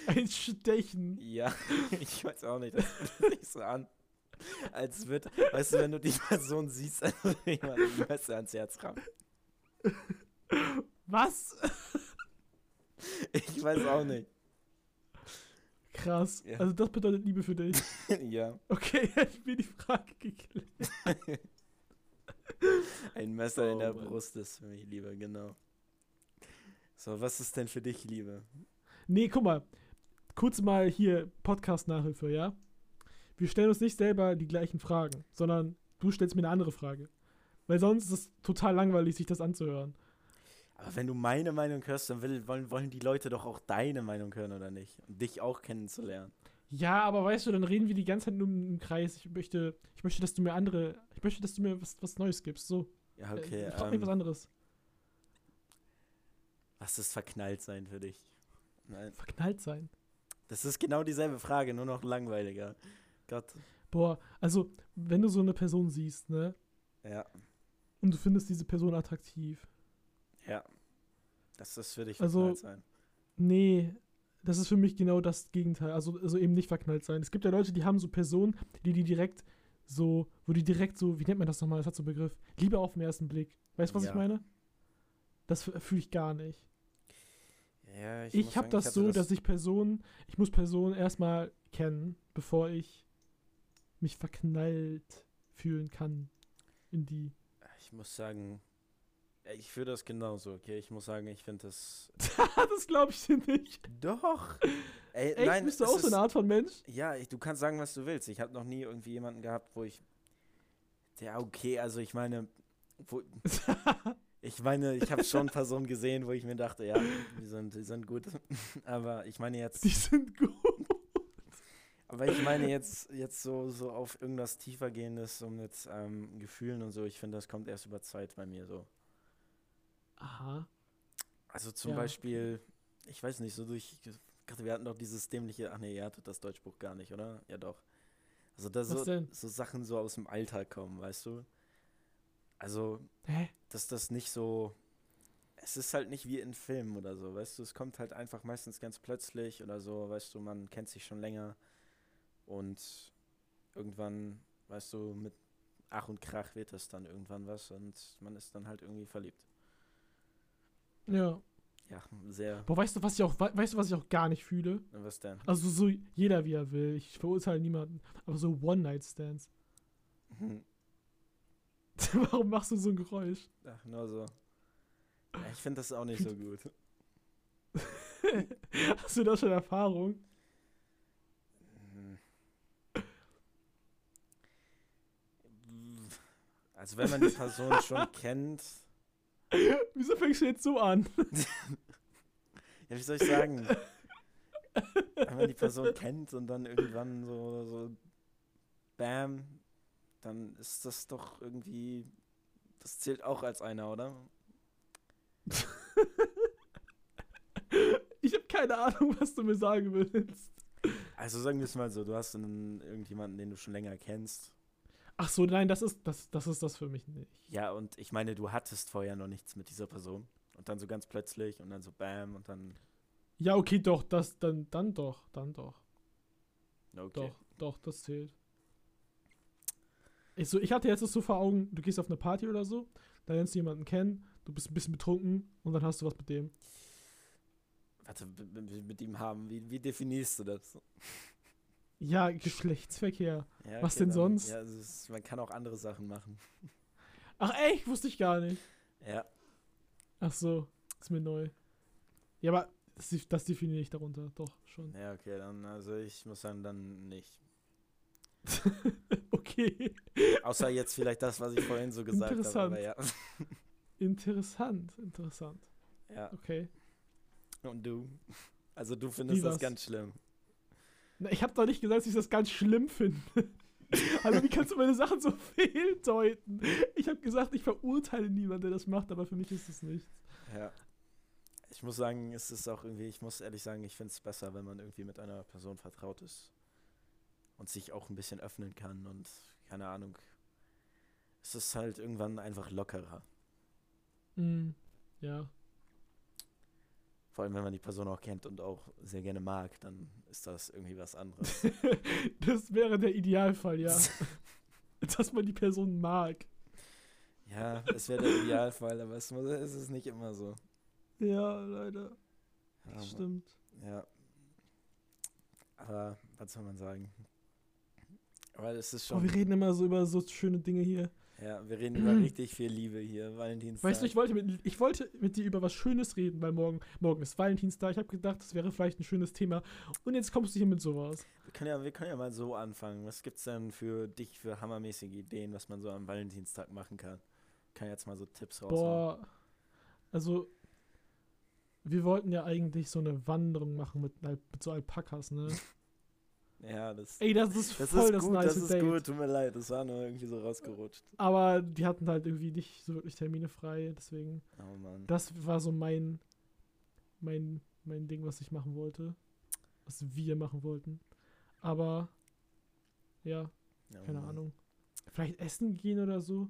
B: Ein Stechen.
A: Ja, ich weiß auch nicht, das fühlt sich so an, als wird, weißt du, wenn du die Person siehst, als würde jemand ein Messer ans Herz rammen.
B: Was?
A: Ich weiß auch nicht.
B: Krass.
A: Ja.
B: Also das bedeutet Liebe für dich.
A: Ja,
B: Okay, hätten wir die Frage geklärt.
A: ein Messer in
B: Oh
A: der
B: Mann.
A: Brust ist für mich Liebe, genau. So, was ist denn für dich Liebe?
B: Nee, guck mal. Kurz mal hier Podcast-Nachhilfe, ja? Wir stellen uns nicht selber die gleichen Fragen, sondern du stellst mir eine andere Frage. Weil sonst ist es total langweilig, sich das anzuhören.
A: Aber wenn du meine Meinung hörst, dann will, wollen, wollen die Leute doch auch deine Meinung hören, oder nicht? Und dich auch kennenzulernen.
B: Ja, aber weißt du, dann reden wir die ganze Zeit nur im im Kreis. Ich möchte, ich möchte, dass du mir andere, ich möchte, dass du mir was, was Neues gibst. So,
A: Ja,
B: Äh,
A: okay.
B: ich frag mich was
A: Ähm,
B: anderes.
A: was ist verknallt sein für dich? Nein.
B: Verknallt sein.
A: Das ist genau dieselbe Frage, nur noch langweiliger. Gott.
B: Boah, also, wenn du so eine Person siehst, ne?
A: Ja,
B: Und du findest diese Person attraktiv.
A: ja. Das ist für dich
B: Also-
A: verknallt sein.
B: Nee, das ist für mich genau das Gegenteil. Also, also eben nicht verknallt sein. Es gibt ja Leute, die haben so Personen, die die direkt so, wo die direkt so, wie nennt man das nochmal? Das hat so einen Begriff. Liebe auf den ersten Blick. Weißt du, was ich
A: Ja.
B: meine? Das fühle ich gar nicht.
A: Ja,
B: Ich,
A: muss
B: habe
A: sagen,
B: das
A: hatte
B: so, dass ich Personen, ich muss Personen erstmal kennen, bevor ich mich verknallt fühlen kann in die.
A: Ich muss sagen, ich fühle das genauso, okay? Ich muss sagen, ich finde das.
B: das glaube ich dir nicht.
A: Doch! Ey,
B: Echt,
A: nein,
B: bist du
A: es
B: auch so
A: ist-
B: eine Art von Mensch?
A: Ja, ich, du kannst sagen, was du willst. Ich habe noch nie irgendwie jemanden gehabt, wo ich. Ja, okay, also ich meine. Wo, ich meine, ich habe schon Personen gesehen, wo ich mir dachte, ja, die sind, die sind gut. Aber ich meine jetzt.
B: Die sind gut.
A: Aber ich meine jetzt, jetzt so, so auf irgendwas tiefergehendes, so mit ähm, Gefühlen und so. Ich finde, das kommt erst über Zeit bei mir so.
B: Aha.
A: Also zum
B: Ja, okay.
A: Beispiel, ich weiß nicht, so durch. Gott, wir hatten doch dieses dämliche. Ach nee, ihr hattet das Deutschbuch gar nicht, oder? Ja, doch. Also da
B: Was
A: so,
B: denn?
A: so Sachen so aus dem Alltag kommen, weißt du? Also,
B: Hä?
A: dass das nicht so. Es ist halt nicht wie in Filmen oder so, weißt du? Es kommt halt einfach meistens ganz plötzlich oder so, weißt du, man kennt sich schon länger und irgendwann, weißt du, mit Ach und Krach wird das dann irgendwann was und man ist dann halt irgendwie verliebt.
B: Ja.
A: Ja, sehr.
B: Boah, weißt du, was ich auch, we- weißt du, was ich auch gar nicht fühle?
A: Was denn?
B: Also so jeder wie er will. Ich verurteile niemanden. Aber so One-Night-Stands.
A: Hm.
B: Warum machst du so ein Geräusch?
A: Ach, nur so. Ja, ich finde das auch nicht
B: Fühlt-
A: so gut.
B: Hast du da schon Erfahrung?
A: Mhm. Also wenn man die Person schon kennt,
B: Wieso fängst du jetzt so an?
A: ja, wie soll ich sagen? Wenn man die Person kennt und dann irgendwann so, so bam, dann ist das doch irgendwie, das zählt auch als einer, oder?
B: Ich habe keine Ahnung, was du mir sagen willst.
A: Also sagen wir es mal so, du hast einen, irgendjemanden, den du schon länger kennst.
B: Ach so, nein, das ist das, das ist das für mich nicht.
A: Ja, und ich meine, du hattest vorher noch nichts mit dieser Person. Und dann so ganz plötzlich und dann so bam und dann.
B: Ja, okay, doch, das dann dann doch, dann doch.
A: Okay.
B: Doch, doch, das zählt. Ich, so, ich hatte jetzt das so vor Augen, du gehst auf eine Party oder so, da lernst du jemanden kennen, du bist ein bisschen betrunken und dann hast du was mit dem.
A: Warte, b- b- mit ihm haben, wie, wie definierst du das?
B: Ja, Geschlechtsverkehr.
A: Ja,
B: Was denn sonst?
A: Ja, es ist, man kann auch andere Sachen machen.
B: Ach echt, wusste ich gar nicht.
A: Ja.
B: Ach so, ist mir neu. Ja, aber das, def- das definiere ich darunter, doch, schon.
A: Ja, okay, dann, also ich muss sagen, dann nicht.
B: okay.
A: Außer jetzt vielleicht das, was ich vorhin so gesagt habe.
B: Interessant.
A: Aber ja.
B: Interessant, interessant.
A: ja.
B: Okay.
A: Und du? Also du findest
B: Wie
A: das
B: was?
A: ganz schlimm.
B: Na, ich habe doch nicht gesagt, dass ich das ganz schlimm finde. Also wie kannst du meine Sachen so fehldeuten? Ich habe gesagt, ich verurteile niemanden, der das macht, aber für mich ist es nichts.
A: Ja. Ich muss sagen, es ist auch irgendwie, ich muss ehrlich sagen, ich finde es besser, wenn man irgendwie mit einer Person vertraut ist und sich auch ein bisschen öffnen kann und keine Ahnung. Es ist halt irgendwann einfach lockerer.
B: Mhm. Ja.
A: Vor allem, wenn man die Person auch kennt und auch sehr gerne mag, dann ist das irgendwie was anderes.
B: Das wäre der Idealfall, ja. Dass man die Person mag.
A: ja, es wäre der Idealfall, aber es, muss, es ist nicht immer so.
B: Ja, leider.
A: Ja,
B: Das stimmt.
A: Ja. Aber was soll man sagen? Aber es ist
B: Oh,
A: schon.
B: wir reden immer so über so schöne Dinge hier.
A: ja, wir reden über richtig viel Liebe hier, Valentinstag.
B: Weißt du, ich wollte, mit, ich wollte mit dir über was Schönes reden, weil morgen, morgen ist Valentinstag. Ich habe gedacht, das wäre vielleicht ein schönes Thema. Und jetzt kommst du hier mit sowas.
A: wir, können ja, wir können ja mal so anfangen. Was gibt's denn für dich für hammermäßige Ideen, was man so am Valentinstag machen kann? Kann jetzt mal so Tipps raushauen.
B: Boah. Also, wir wollten ja eigentlich so eine Wanderung machen mit, Al- mit so Alpakas, ne?
A: Ja, das,
B: Ey, das ist
A: das
B: voll
A: ist
B: das
A: gut,
B: nice
A: das ist
B: Date.
A: gut. Tut mir leid, das war nur irgendwie so rausgerutscht.
B: Aber die hatten halt irgendwie nicht so wirklich Termine frei, deswegen.
A: Oh Mann.
B: Das war so mein, mein, mein Ding, was ich machen wollte. Was wir machen wollten. Aber, ja,
A: oh
B: keine
A: Mann.
B: Ahnung. Vielleicht essen gehen oder so?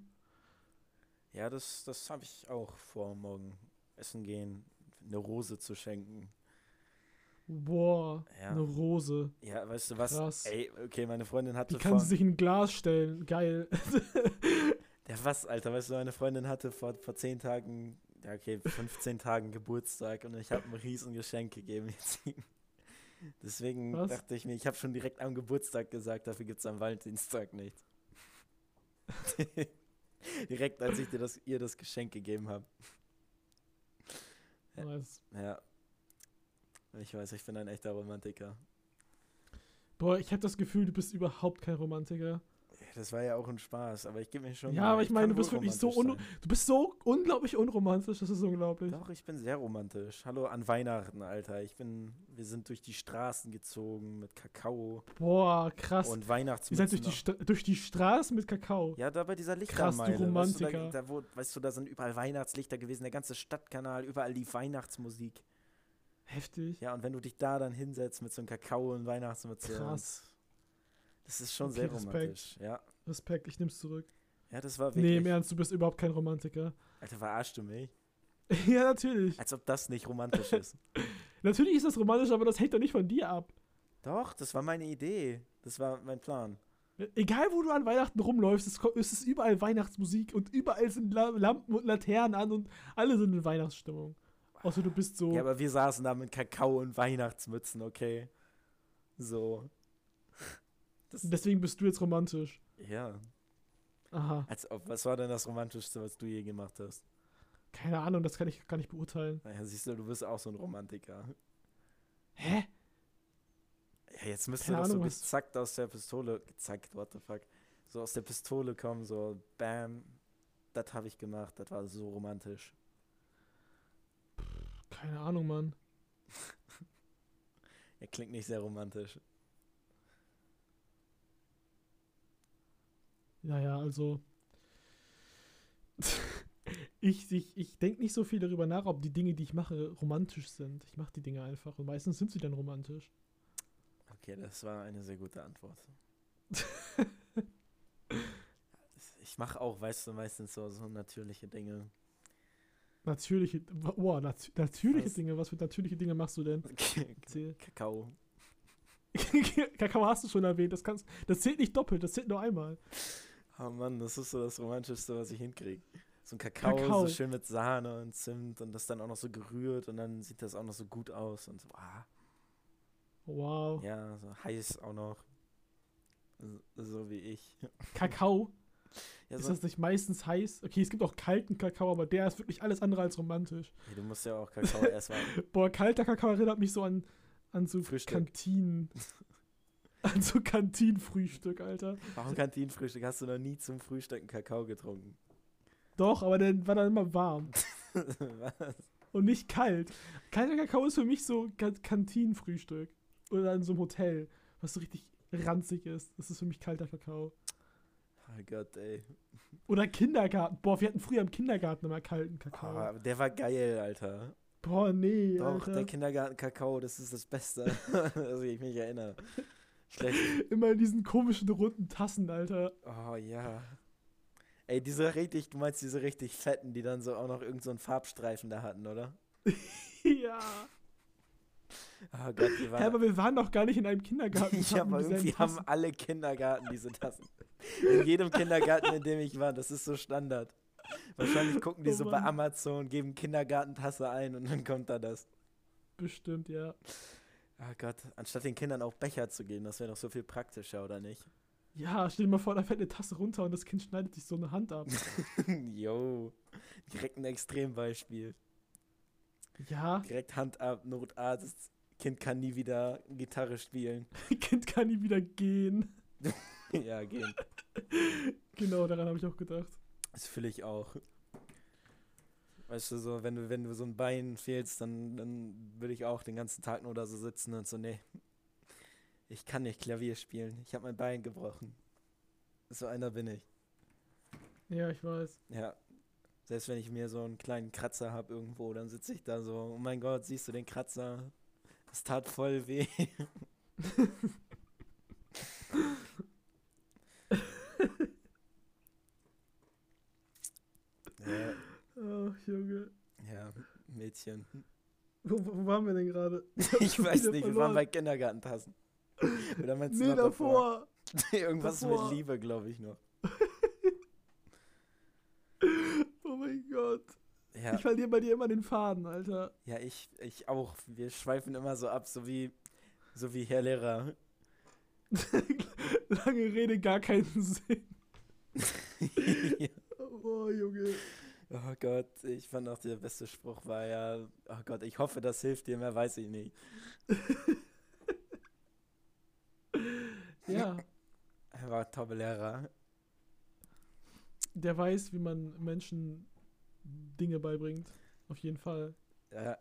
A: Ja, das, das habe ich auch vor, morgen essen gehen, eine Rose zu schenken.
B: Boah,
A: Ja.
B: eine Rose.
A: Ja, weißt du was?
B: Krass.
A: Ey, okay, meine Freundin hatte
B: Die kann
A: vor.
B: sie sich in ein Glas stellen. Geil.
A: Ja, was, Alter, weißt du, meine Freundin hatte vor, vor zehn Tagen, ja, okay, 15 Tagen Geburtstag und ich habe ein riesen Geschenk gegeben. jetzt. Deswegen
B: Was?
A: dachte ich mir, ich habe schon direkt am Geburtstag gesagt, dafür gibt es am Valentinstag nichts. direkt, als ich dir das, ihr das Geschenk gegeben habe. Ja.
B: Nice.
A: Ja. Ich weiß, ich bin ein echter Romantiker.
B: Boah, ich habe das Gefühl, du bist überhaupt kein Romantiker.
A: Das war ja auch ein Spaß, aber ich gebe mir schon.
B: Ja,
A: Mühe.
B: aber ich meine,
A: kann
B: du bist
A: wohl
B: wirklich so
A: romantisch
B: Du bist so unglaublich unromantisch, das ist unglaublich.
A: sein. Doch, ich bin sehr romantisch. Hallo an Weihnachten, Alter. Ich bin, wir sind durch die Straßen gezogen mit Kakao
B: Boah, krass.
A: und
B: Ihr
A: Weihnachtsmützen.
B: seid durch die, Stra durch die Straßen mit Kakao.
A: ja, da bei dieser
B: Krass, du
A: Lichtermeile. weißt du, da,
B: Romantiker.
A: da, wo, weißt du, da sind überall Weihnachtslichter gewesen, der ganze Stadtkanal, überall lief Weihnachtsmusik.
B: Heftig.
A: Ja, und wenn du dich da dann hinsetzt mit so einem Kakao und Weihnachtsmütze. und-
B: Krass.
A: Das ist schon
B: Okay,
A: sehr
B: Respekt.
A: romantisch. Ja.
B: Respekt, ich nehm's zurück.
A: ja, das war
B: Nee,
A: wirklich.
B: im Ernst, du bist überhaupt kein Romantiker.
A: Alter, verarschst du mich?
B: ja, natürlich.
A: Als ob das nicht romantisch ist.
B: Natürlich ist das romantisch, aber das hängt doch nicht von dir ab.
A: Doch, das war meine Idee. Das war mein Plan.
B: Egal, wo du an Weihnachten rumläufst, es, ko- es ist überall Weihnachtsmusik und überall sind La Lampen und Laternen an und alle sind in Weihnachtsstimmung. Außer du bist so.
A: Ja, aber wir saßen da mit Kakao und Weihnachtsmützen, okay? So. Das,
B: deswegen bist du jetzt romantisch.
A: ja.
B: Aha.
A: Als ob, was war denn das Romantischste, was du je gemacht hast?
B: Keine Ahnung, das kann ich gar nicht beurteilen.
A: Naja, siehst du, du bist auch so ein Romantiker.
B: Hä?
A: Ja, jetzt müsste
B: Keine
A: das so
B: Ahnung, was-
A: gezackt aus der Pistole, gezackt, what the fuck, so aus der Pistole kommen, so bam, das habe ich gemacht, das war so romantisch.
B: Keine Ahnung, Mann.
A: Er klingt nicht sehr romantisch.
B: Naja, also. ich ich, ich denke nicht so viel darüber nach, ob die Dinge, die ich mache, romantisch sind. Ich mache die Dinge einfach und meistens sind sie dann romantisch.
A: Okay, das war eine sehr gute Antwort. ich mache auch, weißt du, meistens so, so natürliche Dinge.
B: Natürliche. Boah, nat natürliche
A: Was?
B: Dinge. Was für natürliche Dinge machst du denn? Erzähl.
A: Kakao.
B: Kakao hast du schon erwähnt. Das, kannst, das zählt nicht doppelt, das zählt nur einmal.
A: Oh Mann, das ist so das Romantischste, was ich hinkriege. So ein Kakao, so
B: Kakao.
A: schön mit Sahne und Zimt und das dann auch noch so gerührt und dann sieht das auch noch so gut aus und so, ah,
B: Wow.
A: ja, so heiß auch noch. So, so wie ich.
B: Kakao,
A: Ja,
B: ist
A: so,
B: das nicht meistens heiß? Okay, es gibt auch kalten Kakao, aber der ist wirklich alles andere als romantisch.
A: hey, du musst ja auch Kakao erstmal.
B: Boah, kalter Kakao erinnert mich so an, an so
A: Frühstück.
B: Kantinen. An so Kantinenfrühstück, Alter.
A: Warum Kantinenfrühstück? Hast du noch nie zum Frühstück einen Kakao getrunken?
B: Doch, aber dann war dann immer warm.
A: Was?
B: Und nicht kalt. Kalter Kakao ist für mich so Ka- Kantinenfrühstück. Oder in so einem Hotel, was so richtig ranzig ist. Das ist für mich kalter Kakao.
A: Oh Gott, ey.
B: Oder Kindergarten. Boah, wir hatten früher im Kindergarten immer kalten Kakao.
A: Ah, der war geil, Alter.
B: Boah, nee.
A: Doch,
B: Alter.
A: der Kindergarten-Kakao, das ist das Beste, dass ich mich erinnere. Schlecht.
B: Immer in diesen komischen runden Tassen, Alter.
A: Oh ja. Ey, diese richtig, du meinst diese richtig fetten, die dann so auch noch irgendeinen so einen Farbstreifen da hatten, oder?
B: ja.
A: Oh Gott, die
B: Hä,
A: waren.
B: aber wir waren doch gar nicht in einem Kindergarten.
A: Ich aber
B: dieselben
A: irgendwie haben
B: Tassen.
A: alle Kindergarten diese Tassen. In jedem Kindergarten, in dem ich war, das ist so Standard. Wahrscheinlich gucken die
B: Oh
A: so bei
B: Mann.
A: Amazon, geben Kindergartentasse ein und dann kommt da das.
B: Bestimmt, ja.
A: Ah Gott, anstatt den Kindern auch Becher zu geben, das wäre doch so viel praktischer, oder nicht?
B: Ja, stell dir mal vor, da fällt eine Tasse runter und das Kind schneidet sich so eine Hand ab.
A: Jo, direkt ein Extrembeispiel.
B: Ja,
A: Direkt Hand ab, Notarzt, Kind kann nie wieder Gitarre spielen.
B: Kind kann nie wieder gehen.
A: ja, gehen.
B: Genau, daran habe ich auch gedacht.
A: Das fühle ich auch. Weißt du, so, wenn du, wenn du so ein Bein fehlst, dann, dann würde ich auch den ganzen Tag nur da so sitzen und so, nee, ich kann nicht Klavier spielen. Ich habe mein Bein gebrochen. So einer bin ich.
B: Ja, ich weiß.
A: Ja. Selbst wenn ich mir so einen kleinen Kratzer habe irgendwo, dann sitze ich da so, oh mein Gott, siehst du den Kratzer? Das tat voll weh. ja,
B: Ach, Junge.
A: ja, Mädchen.
B: Wo, wo waren wir denn gerade?
A: Ich
B: schon
A: weiß
B: wieder
A: nicht, wir waren
B: verloren.
A: bei Kindergartentassen. Oder meinst du
B: Nee,
A: noch davor?
B: davor.
A: Irgendwas
B: davor.
A: mit Liebe, glaube ich noch.
B: Oh mein Gott.
A: Ja.
B: Ich verliere bei dir immer den Faden, Alter.
A: Ja, ich, ich auch. Wir schweifen immer so ab, so wie, so wie Herr Lehrer.
B: Lange Rede, gar keinen Sinn. Oh, Junge.
A: oh Gott, ich fand auch der beste Spruch war ja, oh Gott, ich hoffe, das hilft dir, mehr weiß ich nicht.
B: Ja,
A: Er war ein toller Lehrer.
B: der weiß, wie man Menschen Dinge beibringt. Auf jeden Fall.
A: Ja,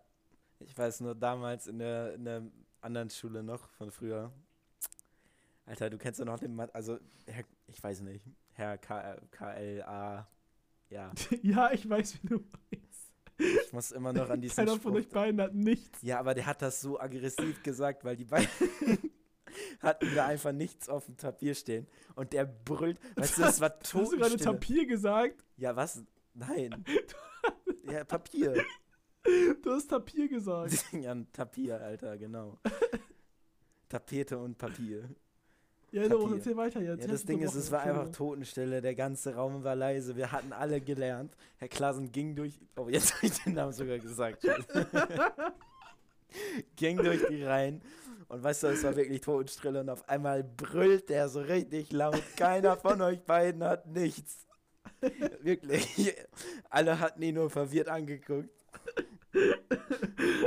A: ich weiß nur damals in der, in der anderen Schule noch von früher. Alter, du kennst ja noch den, Ma- also, Herr, ich weiß nicht, Herr K- KLA. Ja,
B: ja, ich weiß, wie du meinst.
A: ich muss immer noch an diesen
B: Keiner
A: Spruch
B: von euch beiden hat nichts.
A: Ja, aber der hat das so aggressiv gesagt, weil die beiden hatten da einfach nichts auf dem Papier stehen. Und der brüllt, weißt du, das war
B: Hast du gerade
A: Totenstille.
B: Papier gesagt?
A: Ja, was? Nein. Ja, Papier.
B: Du hast Papier gesagt.
A: Ja, ein Papier, Alter, genau. Tapete und Papier.
B: Ja, doch,
A: Papier.
B: erzähl weiter jetzt.
A: Ja,
B: Ich
A: das
B: hab's
A: Ding ist,
B: unterbrochen,
A: es war einfach
B: Entschuldigung.
A: Totenstille, der ganze Raum war leise, wir hatten alle gelernt. Herr Klaasen ging durch, oh, jetzt habe ich den Namen sogar gesagt. ging durch die Reihen und weißt du, es war wirklich Totenstille und auf einmal brüllt der so richtig laut, keiner von euch beiden hat nichts. Wirklich, alle hatten ihn nur verwirrt angeguckt.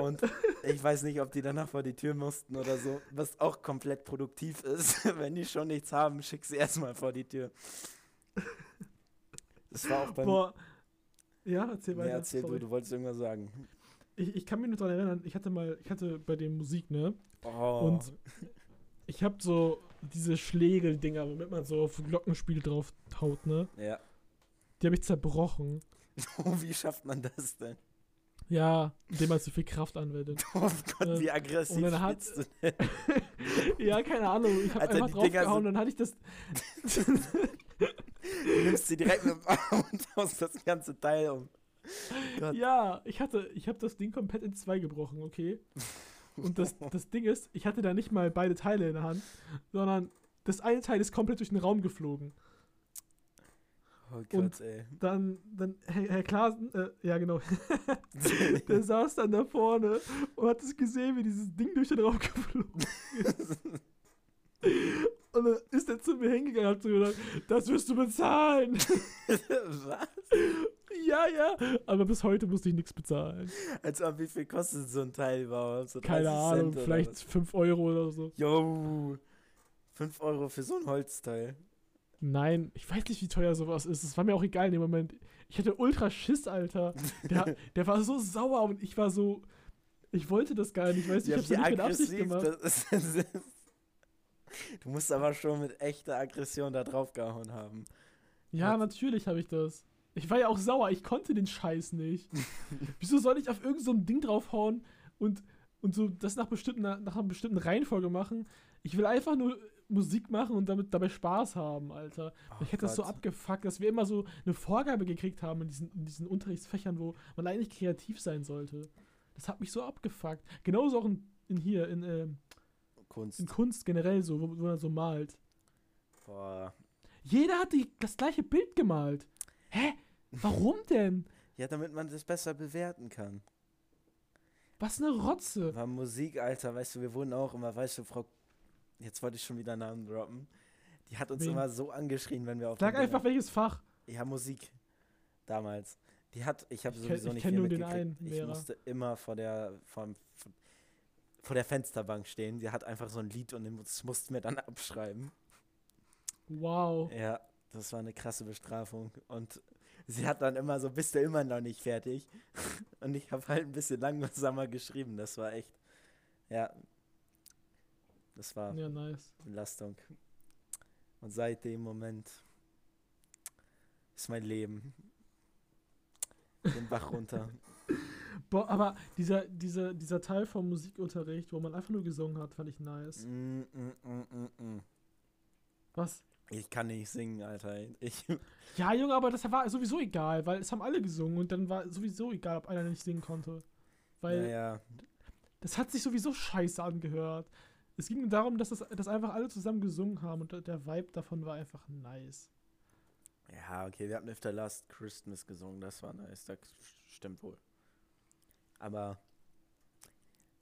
A: Und ich weiß nicht, ob die danach vor die Tür mussten oder so, was auch komplett produktiv ist. Wenn die schon nichts haben, schick sie erstmal vor die Tür. Das war auch beim.
B: Boah. Ja, erzähl
A: nee,
B: weiter.
A: erzähl
B: sorry.
A: du, du wolltest irgendwas sagen.
B: Ich, ich kann mich nur daran erinnern, ich hatte mal, ich hatte bei dem Musik, ne?
A: Oh.
B: Und ich habe so diese Schlägeldinger, womit man so auf Glockenspiel drauf haut, ne?
A: ja.
B: Die habe ich zerbrochen.
A: Oh, wie schafft man das denn?
B: Ja, indem man zu viel Kraft anwendet.
A: Oh Gott,
B: Äh,
A: wie aggressiv
B: und dann hat-
A: spielst du denn?
B: ja, keine Ahnung. Ich habe
A: Alter,
B: einfach
A: die Dinger
B: draufgehauen, dann hatte ich das.
A: Du nimmst sie direkt mit dem Arm und haust das ganze Teil um.
B: ja, ich hatte, ich habe das Ding komplett in zwei gebrochen, okay? Und das, das Ding ist, ich hatte da nicht mal beide Teile in der Hand, sondern das eine Teil ist komplett durch den Raum geflogen.
A: Oh Gott,
B: Und-
A: ey.
B: Dann, dann, Herr, Herr Klaasen, äh, ja genau, Der saß dann da vorne und hat es gesehen, wie dieses Ding durch den Raum geflogen ist. Und dann ist er zu mir hingegangen und hat so gedacht, das wirst du bezahlen.
A: Was?
B: ja, ja. Aber bis heute musste ich nichts bezahlen.
A: Als ob, wie viel kostet so ein Teil überhaupt? So
B: Keine
A: 30
B: Ahnung,
A: Cent oder
B: vielleicht
A: was?
B: 5 Euro oder so.
A: Jo. 5 Euro für so ein Holzteil.
B: Nein, ich weiß nicht, wie teuer sowas ist. Es war mir auch egal in dem Moment. Ich hatte ultra Schiss, Alter. Der, der war so sauer und ich war so. Ich wollte das gar nicht, weißt du? Ich hab's ja nicht mit Absicht gemacht.
A: das ist, das ist, du musst aber schon mit echter Aggression da drauf gehauen haben.
B: Ja, natürlich habe ich das. Ich war ja auch sauer, ich konnte den Scheiß nicht. Wieso soll ich auf irgendeinem so ein Ding draufhauen und, und so das nach, bestimmten, nach einer bestimmten Reihenfolge machen? Ich will einfach nur Musik machen und damit dabei Spaß haben, Alter.
A: Oh
B: ich hätte das so
A: Gott.
B: abgefuckt, dass wir immer so eine Vorgabe gekriegt haben in diesen, in diesen Unterrichtsfächern, wo man eigentlich kreativ sein sollte. Das hat mich so abgefuckt. Genauso auch in, in hier, in, ähm,
A: Kunst.
B: in Kunst generell so, wo, wo man so malt.
A: Boah.
B: Jeder hat die, das gleiche Bild gemalt. Hä? Warum denn?
A: Ja, damit man das besser bewerten kann.
B: Was eine Rotze.
A: War Musik, Alter, weißt du, wir wurden auch immer, weißt du, Frau. Jetzt wollte ich schon wieder Namen droppen. Die hat uns
B: Wen?
A: immer so angeschrien, wenn wir auf.
B: Sag
A: den Dingern-
B: einfach welches Fach.
A: Ja, Musik. Damals. Die hat, ich habe
B: Ich kenn-
A: sowieso
B: ich
A: nicht
B: kenn
A: viel
B: nur den
A: mitgekriegt.
B: einen
A: ich
B: Lehrer.
A: musste immer vor der, vor, vor der Fensterbank stehen. Die hat einfach so ein Lied und das mussten wir dann abschreiben.
B: Wow.
A: Ja, das war eine krasse Bestrafung. Und sie hat dann immer so, bist du immer noch nicht fertig? Und ich habe halt ein bisschen langsamer geschrieben. Das war echt, ja, das war
B: Ja, nice.
A: Belastung. Und seit dem Moment ist mein Leben den Bach runter.
B: Boah, aber dieser, dieser, dieser Teil vom Musikunterricht, wo man einfach nur gesungen hat, fand ich nice.
A: Mm, mm, mm, mm, mm.
B: Was?
A: Ich kann nicht singen, Alter. Ich,
B: Ja, Junge, aber das war sowieso egal, weil es haben alle gesungen und dann war sowieso egal, ob einer nicht singen konnte. Weil
A: naja,
B: das hat sich sowieso scheiße angehört. Es ging darum, dass, das, dass einfach alle zusammen gesungen haben und der- der Vibe davon war einfach nice.
A: ja, okay, wir hatten öfter Last Christmas gesungen. Das war nice. Das stimmt wohl. Aber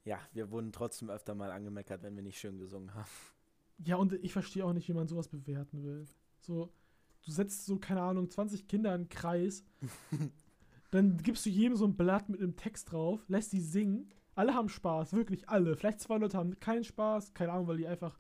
A: ja, wir wurden trotzdem öfter mal angemeckert, wenn wir nicht schön gesungen haben.
B: Ja, und ich verstehe auch nicht, wie man sowas bewerten will. So, du setzt so, keine Ahnung, 20 Kinder in einen Kreis, dann gibst du jedem so ein Blatt mit einem Text drauf, lässt die singen. Alle haben Spaß, wirklich alle. Vielleicht zwei Leute haben keinen Spaß, keine Ahnung, weil die einfach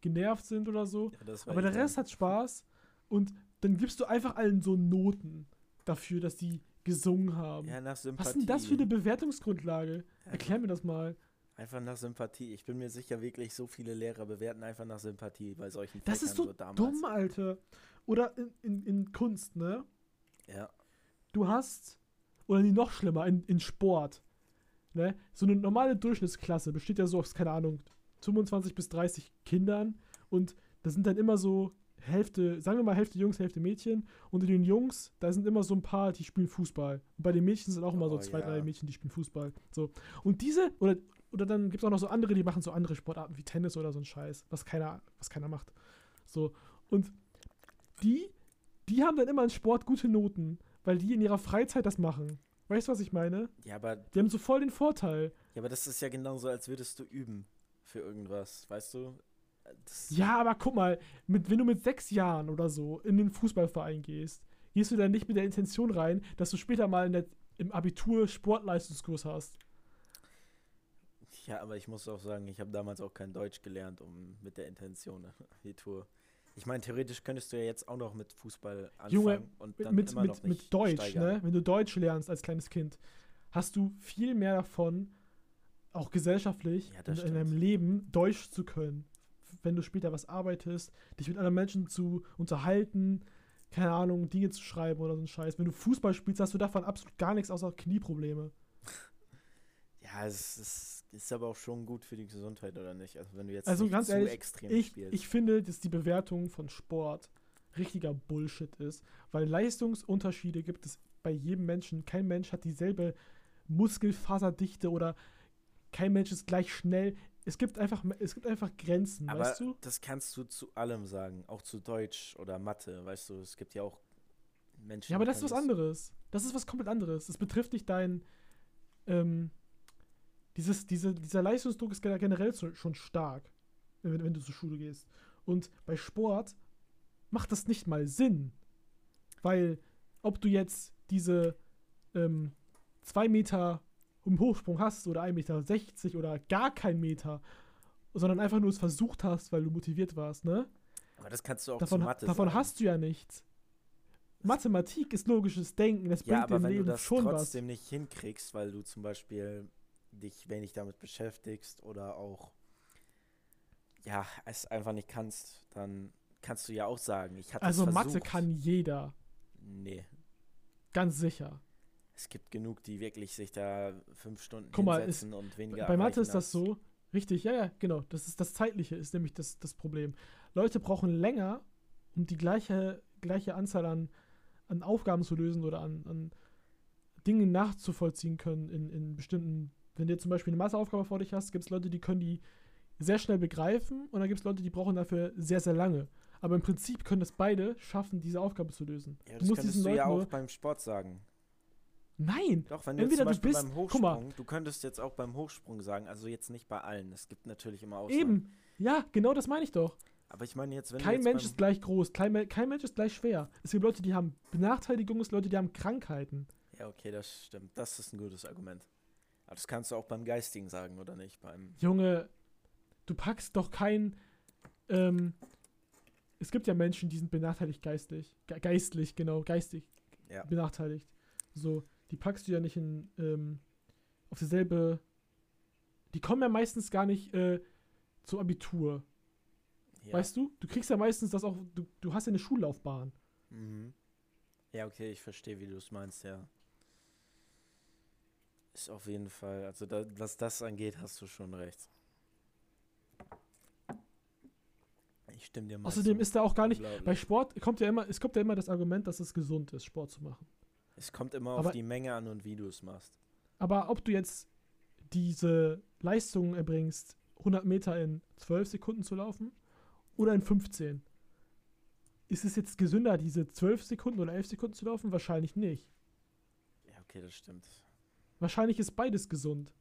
B: genervt sind oder so.
A: Ja, das war
B: Aber
A: ich
B: der
A: dann.
B: Rest hat Spaß und dann gibst du einfach allen so Noten dafür, dass die gesungen haben.
A: Ja, nach Sympathie.
B: Was ist denn das für eine Bewertungsgrundlage? Erklär mir das mal.
A: Einfach nach Sympathie. Ich bin mir sicher, wirklich so viele Lehrer bewerten einfach nach Sympathie bei solchen
B: Das ist
A: Fächern
B: so
A: damals.
B: Dumm, Alter. Oder in, in, in Kunst, ne?
A: Ja.
B: du hast, oder nee, noch schlimmer, in, in Sport, ne? so eine normale Durchschnittsklasse besteht ja so aus, keine Ahnung, 25 bis 30 Kindern und da sind dann immer so Hälfte, sagen wir mal Hälfte Jungs, Hälfte Mädchen und in den Jungs, da sind immer so ein paar, die spielen Fußball. Und bei den Mädchen sind auch immer so
A: Oh,
B: zwei,
A: ja.
B: drei Mädchen, die spielen Fußball. So. Und diese, oder, oder dann gibt es auch noch so andere, die machen so andere Sportarten wie Tennis oder so ein Scheiß, was keiner, was keiner macht. So. Und die, die haben dann immer in Sport gute Noten, weil die in ihrer Freizeit das machen. Weißt du, was ich meine?
A: Ja, aber, ja,
B: Die haben so voll den Vorteil.
A: aber das ist ja genauso, als würdest du üben für irgendwas, weißt du? Das,
B: Ja, aber guck mal, mit, wenn du mit sechs Jahren oder so in den Fußballverein gehst, gehst du dann nicht mit der Intention rein, dass du später mal in der, im Abitur Sportleistungskurs hast.
A: ja, aber ich muss auch sagen, ich habe damals auch kein Deutsch gelernt, um mit der Intention die Tour. Ich meine, theoretisch könntest du ja jetzt auch noch mit Fußball anfangen
B: Junge,
A: und
B: Mit,
A: dann
B: mit,
A: immer noch
B: mit,
A: nicht
B: mit Deutsch,
A: steigern.
B: ne? Wenn du Deutsch lernst als kleines Kind, hast du viel mehr davon, auch gesellschaftlich,
A: Ja,
B: in,
A: das
B: in deinem
A: stimmt.
B: Leben Deutsch zu können. Wenn du später was arbeitest, dich mit anderen Menschen zu unterhalten, keine Ahnung, Dinge zu schreiben oder so ein Scheiß. Wenn du Fußball spielst, hast du davon absolut gar nichts außer Knieprobleme.
A: Ja, es ist, ist aber auch schon gut für die Gesundheit, oder nicht? Also wenn du jetzt
B: Also
A: nicht
B: ganz
A: zu
B: ehrlich,
A: extrem
B: Ich,
A: spielst.
B: ich finde, dass die Bewertung von Sport richtiger Bullshit ist, weil Leistungsunterschiede gibt es bei jedem Menschen. Kein Mensch hat dieselbe Muskelfaserdichte oder kein Mensch ist gleich schnell. Es gibt einfach, es gibt einfach Grenzen,
A: Aber
B: weißt du?
A: das kannst du zu allem sagen, auch zu Deutsch oder Mathe, weißt du, es gibt ja auch Menschen.
B: Ja, aber
A: die
B: das ist was
A: können
B: anderes. Das ist was komplett anderes. Es betrifft nicht dein. Ähm, dieses, diese, dieser Leistungsdruck ist gen- generell so, schon stark, wenn, wenn du zur Schule gehst. Und bei Sport macht das nicht mal Sinn. Weil, ob du jetzt diese ähm, zwei Meter im Hochsprung hast oder 1,60 Meter oder gar kein Meter sondern einfach nur es versucht hast, weil du motiviert warst, ne?
A: Aber das kannst du auch
B: Davon,
A: zu Mathe
B: davon
A: sagen.
B: hast du ja nichts. Mathematik ist logisches Denken, das
A: Ja,
B: bringt dir
A: aber
B: im
A: wenn du
B: Leben
A: das
B: schon was.
A: trotzdem nicht hinkriegst, weil du zum Beispiel dich wenig damit beschäftigst oder auch ja, es einfach nicht kannst, dann kannst du ja auch sagen, ich hatte
B: Also
A: es versucht.
B: Mathe kann jeder,
A: Nee,
B: ganz sicher.
A: es gibt genug, die wirklich sich da fünf Stunden
B: Guck mal,
A: hinsetzen und weniger
B: Bei Mathe
A: erreichen
B: ist das
A: als-
B: so, richtig, ja, ja, genau. Das ist das Zeitliche, ist nämlich das, das Problem. Leute brauchen länger, um die gleiche, gleiche Anzahl an, an Aufgaben zu lösen oder an, an Dingen nachzuvollziehen können in, in bestimmten. Wenn du jetzt zum Beispiel eine Matheaufgabe vor dich hast, gibt es Leute, die können die sehr schnell begreifen und dann gibt es Leute, die brauchen dafür sehr, sehr lange. Aber im Prinzip können das beide schaffen, diese Aufgabe zu lösen.
A: Ja, das könntest du ja auch beim Sport sagen.
B: Nein!
A: Doch, wenn du jetzt
B: Entweder
A: zum
B: du
A: Beispiel
B: bist-
A: beim
B: guck mal.
A: Hochsprung, du könntest jetzt auch beim Hochsprung sagen, also jetzt nicht bei allen, es gibt natürlich immer Ausnahmen.
B: Eben! Ja, genau das meine ich doch.
A: Aber ich meine jetzt, wenn
B: Kein
A: du jetzt
B: Mensch
A: beim,
B: ist gleich groß, kein, Me- kein Mensch ist gleich schwer. Es gibt Leute, die haben Benachteiligungen, es gibt Leute, die haben Krankheiten.
A: Ja, okay, das stimmt. Das ist ein gutes Argument. Aber das kannst du auch beim Geistigen sagen, oder nicht? Beim
B: Junge, du packst doch kein. Ähm, es gibt ja Menschen, die sind benachteiligt geistlich. Ge geistlich, genau, geistig.
A: Ja.
B: Benachteiligt. So, die packst du ja nicht in. Ähm, auf dieselbe. Die kommen ja meistens gar nicht äh, zum Abitur.
A: ja.
B: Weißt du? Du kriegst ja meistens das auch. Du, du hast ja eine Schullaufbahn.
A: Mhm. Ja, okay, ich verstehe, wie du es meinst, ja. Ist auf jeden Fall, also da, was das angeht, hast du schon recht. Ich stimme dir mal.
B: Außerdem
A: zu.
B: ist da auch gar nicht. Bei
A: Unglaublich.
B: Sport kommt ja immer, es kommt ja immer das Argument, dass es gesund ist, Sport zu machen.
A: Es kommt immer auf
B: aber-
A: die Menge an und wie du es machst.
B: Aber ob du jetzt diese Leistung erbringst, 100 Meter in 12 Sekunden zu laufen oder in 15, ist es jetzt gesünder, diese 12 Sekunden oder 11 Sekunden zu laufen? Wahrscheinlich nicht.
A: Ja, okay, das stimmt.
B: Wahrscheinlich ist beides gesund.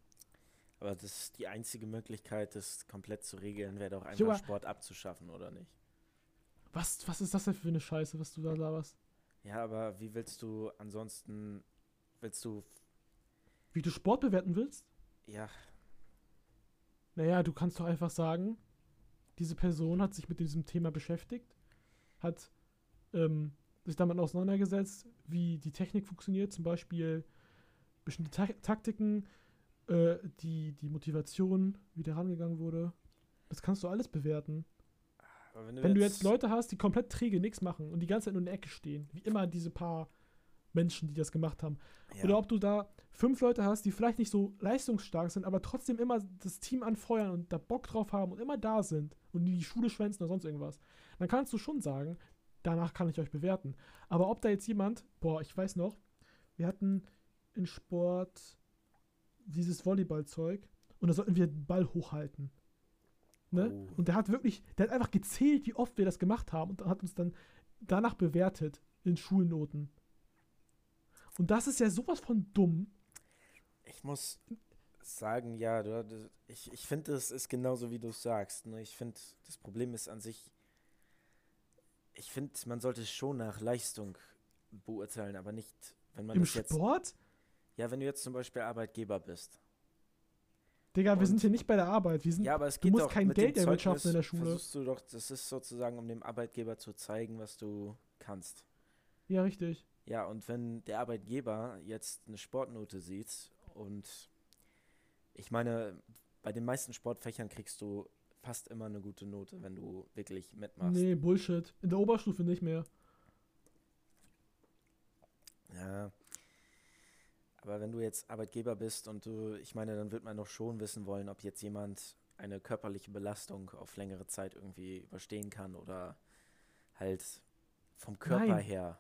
A: Aber das ist die einzige Möglichkeit, das komplett zu regeln, wäre doch einfach
B: Junge.
A: Sport abzuschaffen, oder nicht?
B: Was, was ist das denn für eine Scheiße, was du da laberst?
A: Ja, aber wie willst du ansonsten, willst du,
B: Wie du Sport bewerten willst?
A: ja,
B: Naja, du kannst doch einfach sagen, diese Person hat sich mit diesem Thema beschäftigt, hat ähm, sich damit auseinandergesetzt, wie die Technik funktioniert, zum Beispiel bestimmte Ta Taktiken, äh, die, die Motivation, wie da rangegangen wurde. Das kannst du alles bewerten.
A: aber wenn du,
B: Wenn du jetzt Leute hast, die komplett träge nichts machen und die ganze Zeit nur in der Ecke stehen, wie immer diese paar Menschen, die das gemacht haben,
A: ja,
B: oder ob du da fünf Leute hast, die vielleicht nicht so leistungsstark sind, aber trotzdem immer das Team anfeuern und da Bock drauf haben und immer da sind und die die Schule schwänzen oder sonst irgendwas. Dann kannst du schon sagen, danach kann ich euch bewerten. Aber ob da jetzt jemand, boah, ich weiß noch, wir hatten in Sport dieses Volleyballzeug und da sollten wir den Ball hochhalten. Ne?
A: Oh.
B: Und der hat wirklich, der hat einfach gezählt, wie oft wir das gemacht haben und hat uns dann danach bewertet in Schulnoten. Und das ist ja sowas von dumm.
A: ich muss sagen, ja, du, hattest- ich, ich finde, es ist genauso, wie du es sagst. Ne? Ich finde, das Problem ist an sich, ich finde, man sollte schon nach Leistung beurteilen, aber nicht, wenn man
B: Im
A: das jetzt,
B: Sport?
A: ja, wenn du jetzt zum Beispiel Arbeitgeber bist.
B: Digga, wir
A: Und-
B: sind hier nicht bei der Arbeit. Wir sind,
A: Ja, aber es
B: du
A: geht
B: musst
A: doch
B: kein
A: mit
B: Geld
A: dem
B: erwirtschaften
A: Zeugnis
B: in der Schule.
A: Versuchst du doch, das ist sozusagen, um dem Arbeitgeber zu zeigen, was du kannst.
B: ja richtig.
A: Ja, und wenn der Arbeitgeber jetzt eine Sportnote sieht und ich meine, bei den meisten Sportfächern kriegst du fast immer eine gute Note, wenn du wirklich mitmachst.
B: Nee, Bullshit. In der Oberstufe nicht mehr.
A: Ja. Aber wenn du jetzt Arbeitgeber bist und du, ich meine, dann wird man doch schon wissen wollen, ob jetzt jemand eine körperliche Belastung auf längere Zeit irgendwie überstehen kann oder halt vom Körper
B: Nein.
A: her.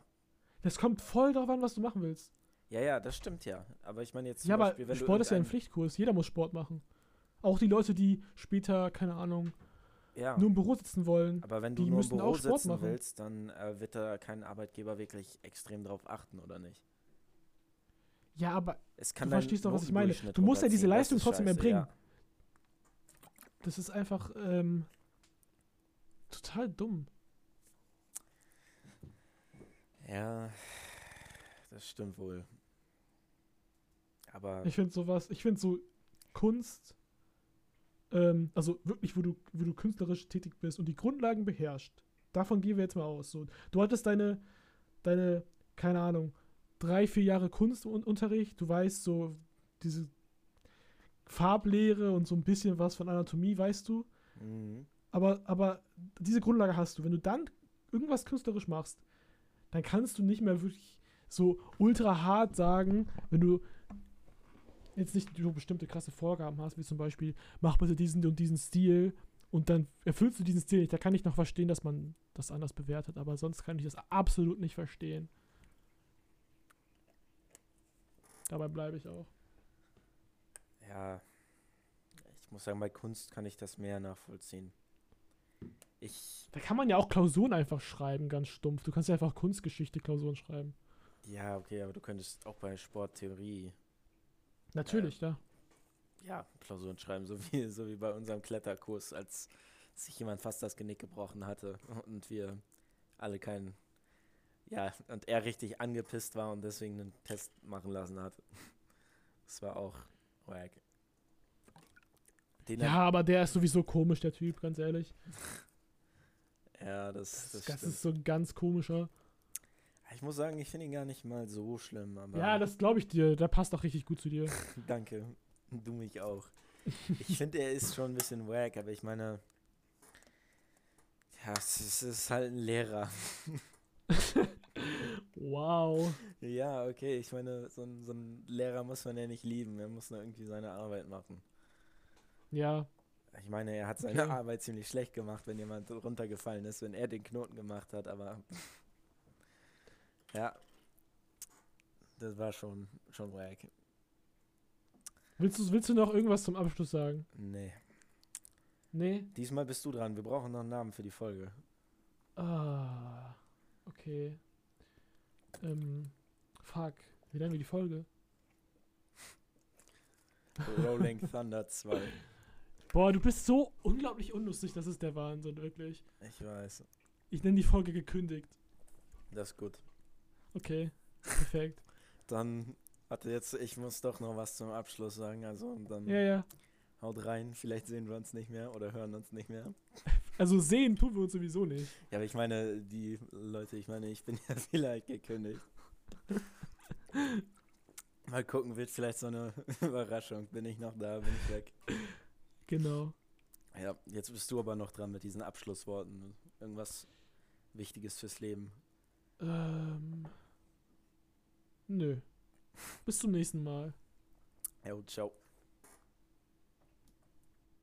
B: Das kommt voll drauf an, was du machen willst.
A: Ja, ja, das stimmt ja. Aber ich meine jetzt zum
B: ja, aber
A: Beispiel, wenn du
B: Sport ist ja ein
A: irgendeinen-
B: Pflichtkurs. Jeder muss Sport machen. Auch die Leute, die später, keine Ahnung,
A: Ja.
B: nur im Büro sitzen wollen.
A: Aber wenn du
B: Die
A: nur im
B: müssen auch
A: Büro
B: Sport
A: sitzen
B: machen.
A: willst, dann äh, wird da kein Arbeitgeber wirklich extrem drauf achten, oder nicht?
B: Ja, aber
A: Es kann
B: Du
A: deinen
B: verstehst doch, was ich meine.
A: Notendurchschnitt
B: Du musst ja diese
A: runterziehen, das
B: Leistung
A: ist
B: trotzdem
A: scheiße,
B: erbringen.
A: Ja.
B: das ist einfach ähm, total dumm.
A: ja, das stimmt wohl. Aber
B: Ich finde sowas, ich finde so Kunst, ähm, also wirklich, wo du, wo du künstlerisch tätig bist und die Grundlagen beherrscht. Davon gehen wir jetzt mal aus. So, du hattest deine, deine, keine Ahnung, drei, vier Jahre Kunstunterricht, du weißt so diese Farblehre und so ein bisschen was von Anatomie, weißt du.
A: Mhm.
B: Aber, aber diese Grundlage hast du. Wenn du dann irgendwas künstlerisch machst, dann kannst du nicht mehr wirklich so ultra hart sagen, wenn du jetzt nicht so bestimmte krasse Vorgaben hast, wie zum Beispiel, mach bitte diesen und diesen Stil und dann erfüllst du diesen Stil nicht. Da kann ich noch verstehen, dass man das anders bewertet, aber sonst kann ich das absolut nicht verstehen. Dabei bleibe ich auch.
A: Ja, ich muss sagen, bei Kunst kann ich das mehr nachvollziehen. Ich,
B: Da kann man ja auch Klausuren einfach schreiben, ganz stumpf. Du kannst ja einfach Kunstgeschichte Klausuren schreiben.
A: ja, okay, aber du könntest auch bei Sporttheorie,
B: Natürlich, ja.
A: ja, Klausuren schreiben, so wie, so wie bei unserem Kletterkurs, als sich jemand fast das Genick gebrochen hatte und wir alle keinen, ja, und er richtig angepisst war und deswegen einen Test machen lassen hat. Das war auch wack. Den
B: Ja, aber der ist sowieso komisch, der Typ, ganz ehrlich.
A: Ja, das,
B: Das,
A: das, stimmt.
B: ist so ein ganz komischer.
A: Ich muss sagen, ich finde ihn gar nicht mal so schlimm, aber
B: Ja, das glaube ich dir. Der passt auch richtig gut zu dir.
A: danke. Du mich auch. Ich finde, er ist schon ein bisschen wack, aber ich meine, ja, es ist, es ist halt ein Lehrer.
B: Wow.
A: Ja, okay, ich meine, so ein, so ein Lehrer muss man ja nicht lieben, er muss nur irgendwie seine Arbeit machen.
B: Ja,
A: Ich meine, er hat seine
B: Okay.
A: Arbeit ziemlich schlecht gemacht, wenn jemand runtergefallen ist, wenn er den Knoten gemacht hat, aber ja, das war schon, schon wack.
B: Willst du, willst du noch irgendwas zum Abschluss sagen?
A: Nee.
B: Nee?
A: Diesmal bist du dran. Wir brauchen noch einen Namen für die Folge.
B: Ah. Okay. Ähm. Fuck. Wie nennen wir die Folge?
A: Rolling Thunder 2.
B: Boah, du bist so unglaublich unlustig. Das ist der Wahnsinn, wirklich.
A: Ich weiß.
B: Ich nenne die Folge gekündigt.
A: Das ist gut.
B: Okay. Perfekt.
A: Dann hatte jetzt, ich muss doch noch was zum Abschluss sagen. Also und dann
B: ja, ja.
A: haut rein. Vielleicht sehen wir uns nicht mehr oder hören uns nicht mehr.
B: Also sehen tun wir uns sowieso nicht.
A: Ja, aber ich meine, die Leute, ich meine, ich bin ja vielleicht gekündigt. Mal gucken, wird vielleicht so eine Überraschung. Bin ich noch da, bin ich weg.
B: Genau.
A: Ja, jetzt bist du aber noch dran mit diesen Abschlussworten. Irgendwas Wichtiges fürs Leben.
B: Ähm. Nö. Bis zum nächsten Mal.
A: Ja, ciao.